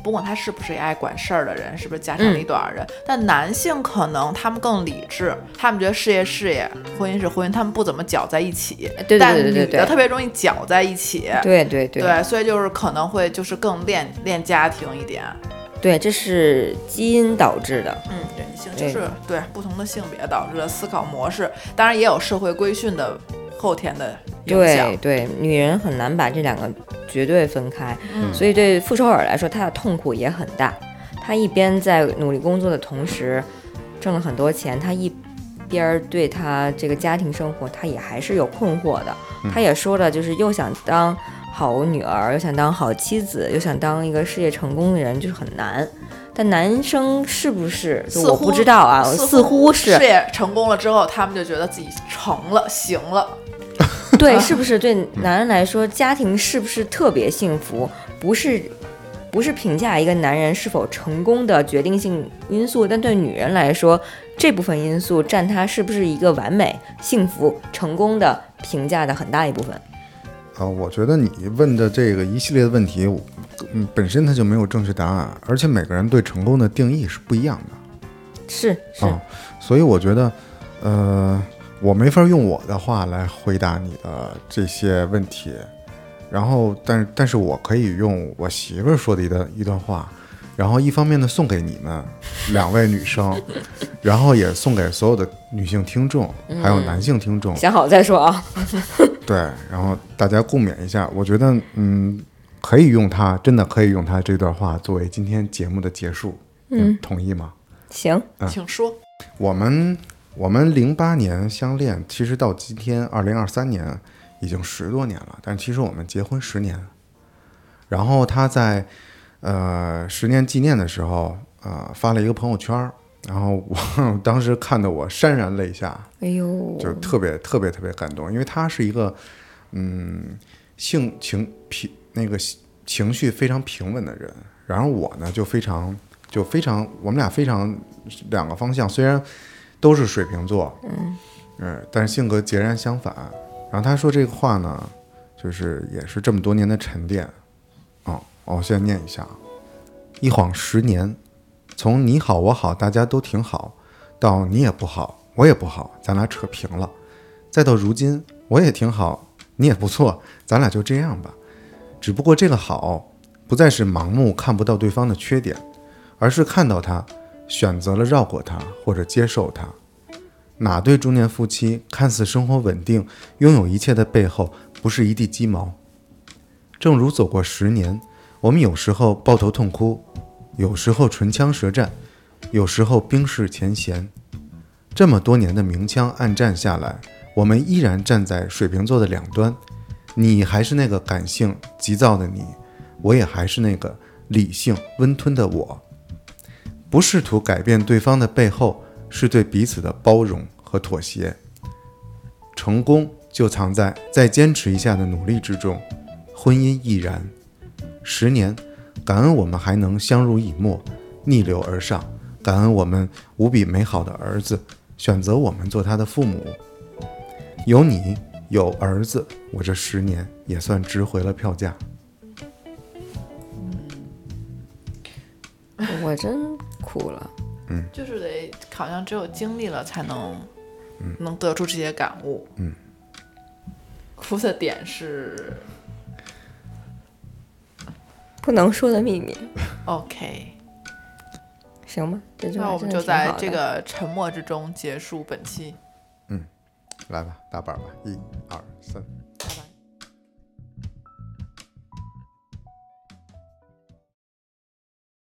Speaker 3: 不管她是不是一爱管事儿的人，是不是家长里短儿的人。
Speaker 1: 嗯
Speaker 3: 但男性可能他们更理智，他们觉得事业事业，婚姻是婚姻，他们不怎么搅在一起。
Speaker 1: 对对对对对
Speaker 3: 但女的
Speaker 1: 对
Speaker 3: 特别容易搅在一起。
Speaker 1: 对对对
Speaker 3: 对，所以就是可能会就是更恋恋家庭一点。
Speaker 1: 对，这是基因导致的。
Speaker 3: 嗯，人性就
Speaker 1: 对
Speaker 3: 是对不同的性别导致的思考模式，当然也有社会规训的后天的影响
Speaker 1: 对。对，女人很难把这两个绝对分开，
Speaker 3: 嗯
Speaker 1: 所以对傅首尔来说，她的痛苦也很大。她一边在努力工作的同时，挣了很多钱，她一边儿对她这个家庭生活，她也还是有困惑的。
Speaker 3: 嗯
Speaker 1: 她也说了，就是又想当好女儿，又想当好妻子，又想当一个事业成功的人，就是很难。但男生是不是？就
Speaker 3: 似
Speaker 1: 我
Speaker 3: 乎
Speaker 1: 不知道啊，似乎是
Speaker 3: 事业成功了之后，他们就觉得自己成了，行了。
Speaker 1: 对，是不是对男人来说，家庭是不是特别幸福，不是不是评价一个男人是否成功的决定性因素，但对女人来说，这部分因素占他是不是一个完美、幸福、成功的评价的很大一部分。
Speaker 2: 啊，我觉得你问的这个一系列的问题，我嗯，本身它就没有正确答案，而且每个人对成功的定义是不一样的，
Speaker 1: 是是，
Speaker 2: 啊所以我觉得，呃，我没法用我的话来回答你的这些问题，然后，但但是我可以用我媳妇儿说的一段一段话，然后一方面呢送给你们两位女生，然后也送给所有的女性听众，还有男性听众，
Speaker 1: 想好再说啊。
Speaker 2: 对，然后大家共勉一下。我觉得，嗯，可以用它，真的可以用它这段话作为今天节目的结束。嗯，同意吗？
Speaker 1: 行，
Speaker 3: 请说，
Speaker 2: 我们我们零八年相恋，其实到今天二零二三年已经十多年了，但其实我们结婚十年。然后他在呃十年纪念的时候，呃发了一个朋友圈儿，然后我 当时看得我潸然泪下。
Speaker 1: 哎呦，
Speaker 2: 就是特别特别特别感动，因为他是一个嗯性情平那个情情绪非常平稳的人，然后我呢就非常就非常我们俩非常两个方向，虽然都是水瓶座，嗯但是性格截然相反。然后他说这个话呢，就是也是这么多年的沉淀，哦，我现在念一下啊，一晃十年，从你好我好大家都挺好，到你也不好，我也不好，咱俩扯平了。再到如今，我也挺好，你也不错，咱俩就这样吧。只不过这个好，不再是盲目看不到对方的缺点，而是看到他，选择了绕过他或者接受他。哪对中年夫妻看似生活稳定、拥有一切的背后，不是一地鸡毛？正如走过十年，我们有时候抱头痛哭，有时候唇枪舌战，有时候冰释前嫌。这么多年的明枪暗战下来，我们依然站在水瓶座的两端。你还是那个感性急躁的你，我也还是那个理性温吞的我。不试图改变对方的背后，是对彼此的包容和妥协。成功就藏在再坚持一下的努力之中，婚姻亦然。十年，感恩我们还能相濡以沫，逆流而上，感恩我们无比美好的儿子选择我们做他的父母。有你，有儿子，我这十年也算值回了票价。
Speaker 1: 我真哭了。
Speaker 3: 就是得好像只有经历了才能，能得出这些感悟。嗯，哭的点是
Speaker 1: 不能说的秘密，
Speaker 3: OK。
Speaker 1: 行吗？这句话
Speaker 3: 那我们
Speaker 1: 真
Speaker 3: 就
Speaker 1: 的挺好
Speaker 3: 在
Speaker 1: 的
Speaker 3: 这个沉默之中结束本期。
Speaker 2: 来吧，打板吧，一二三。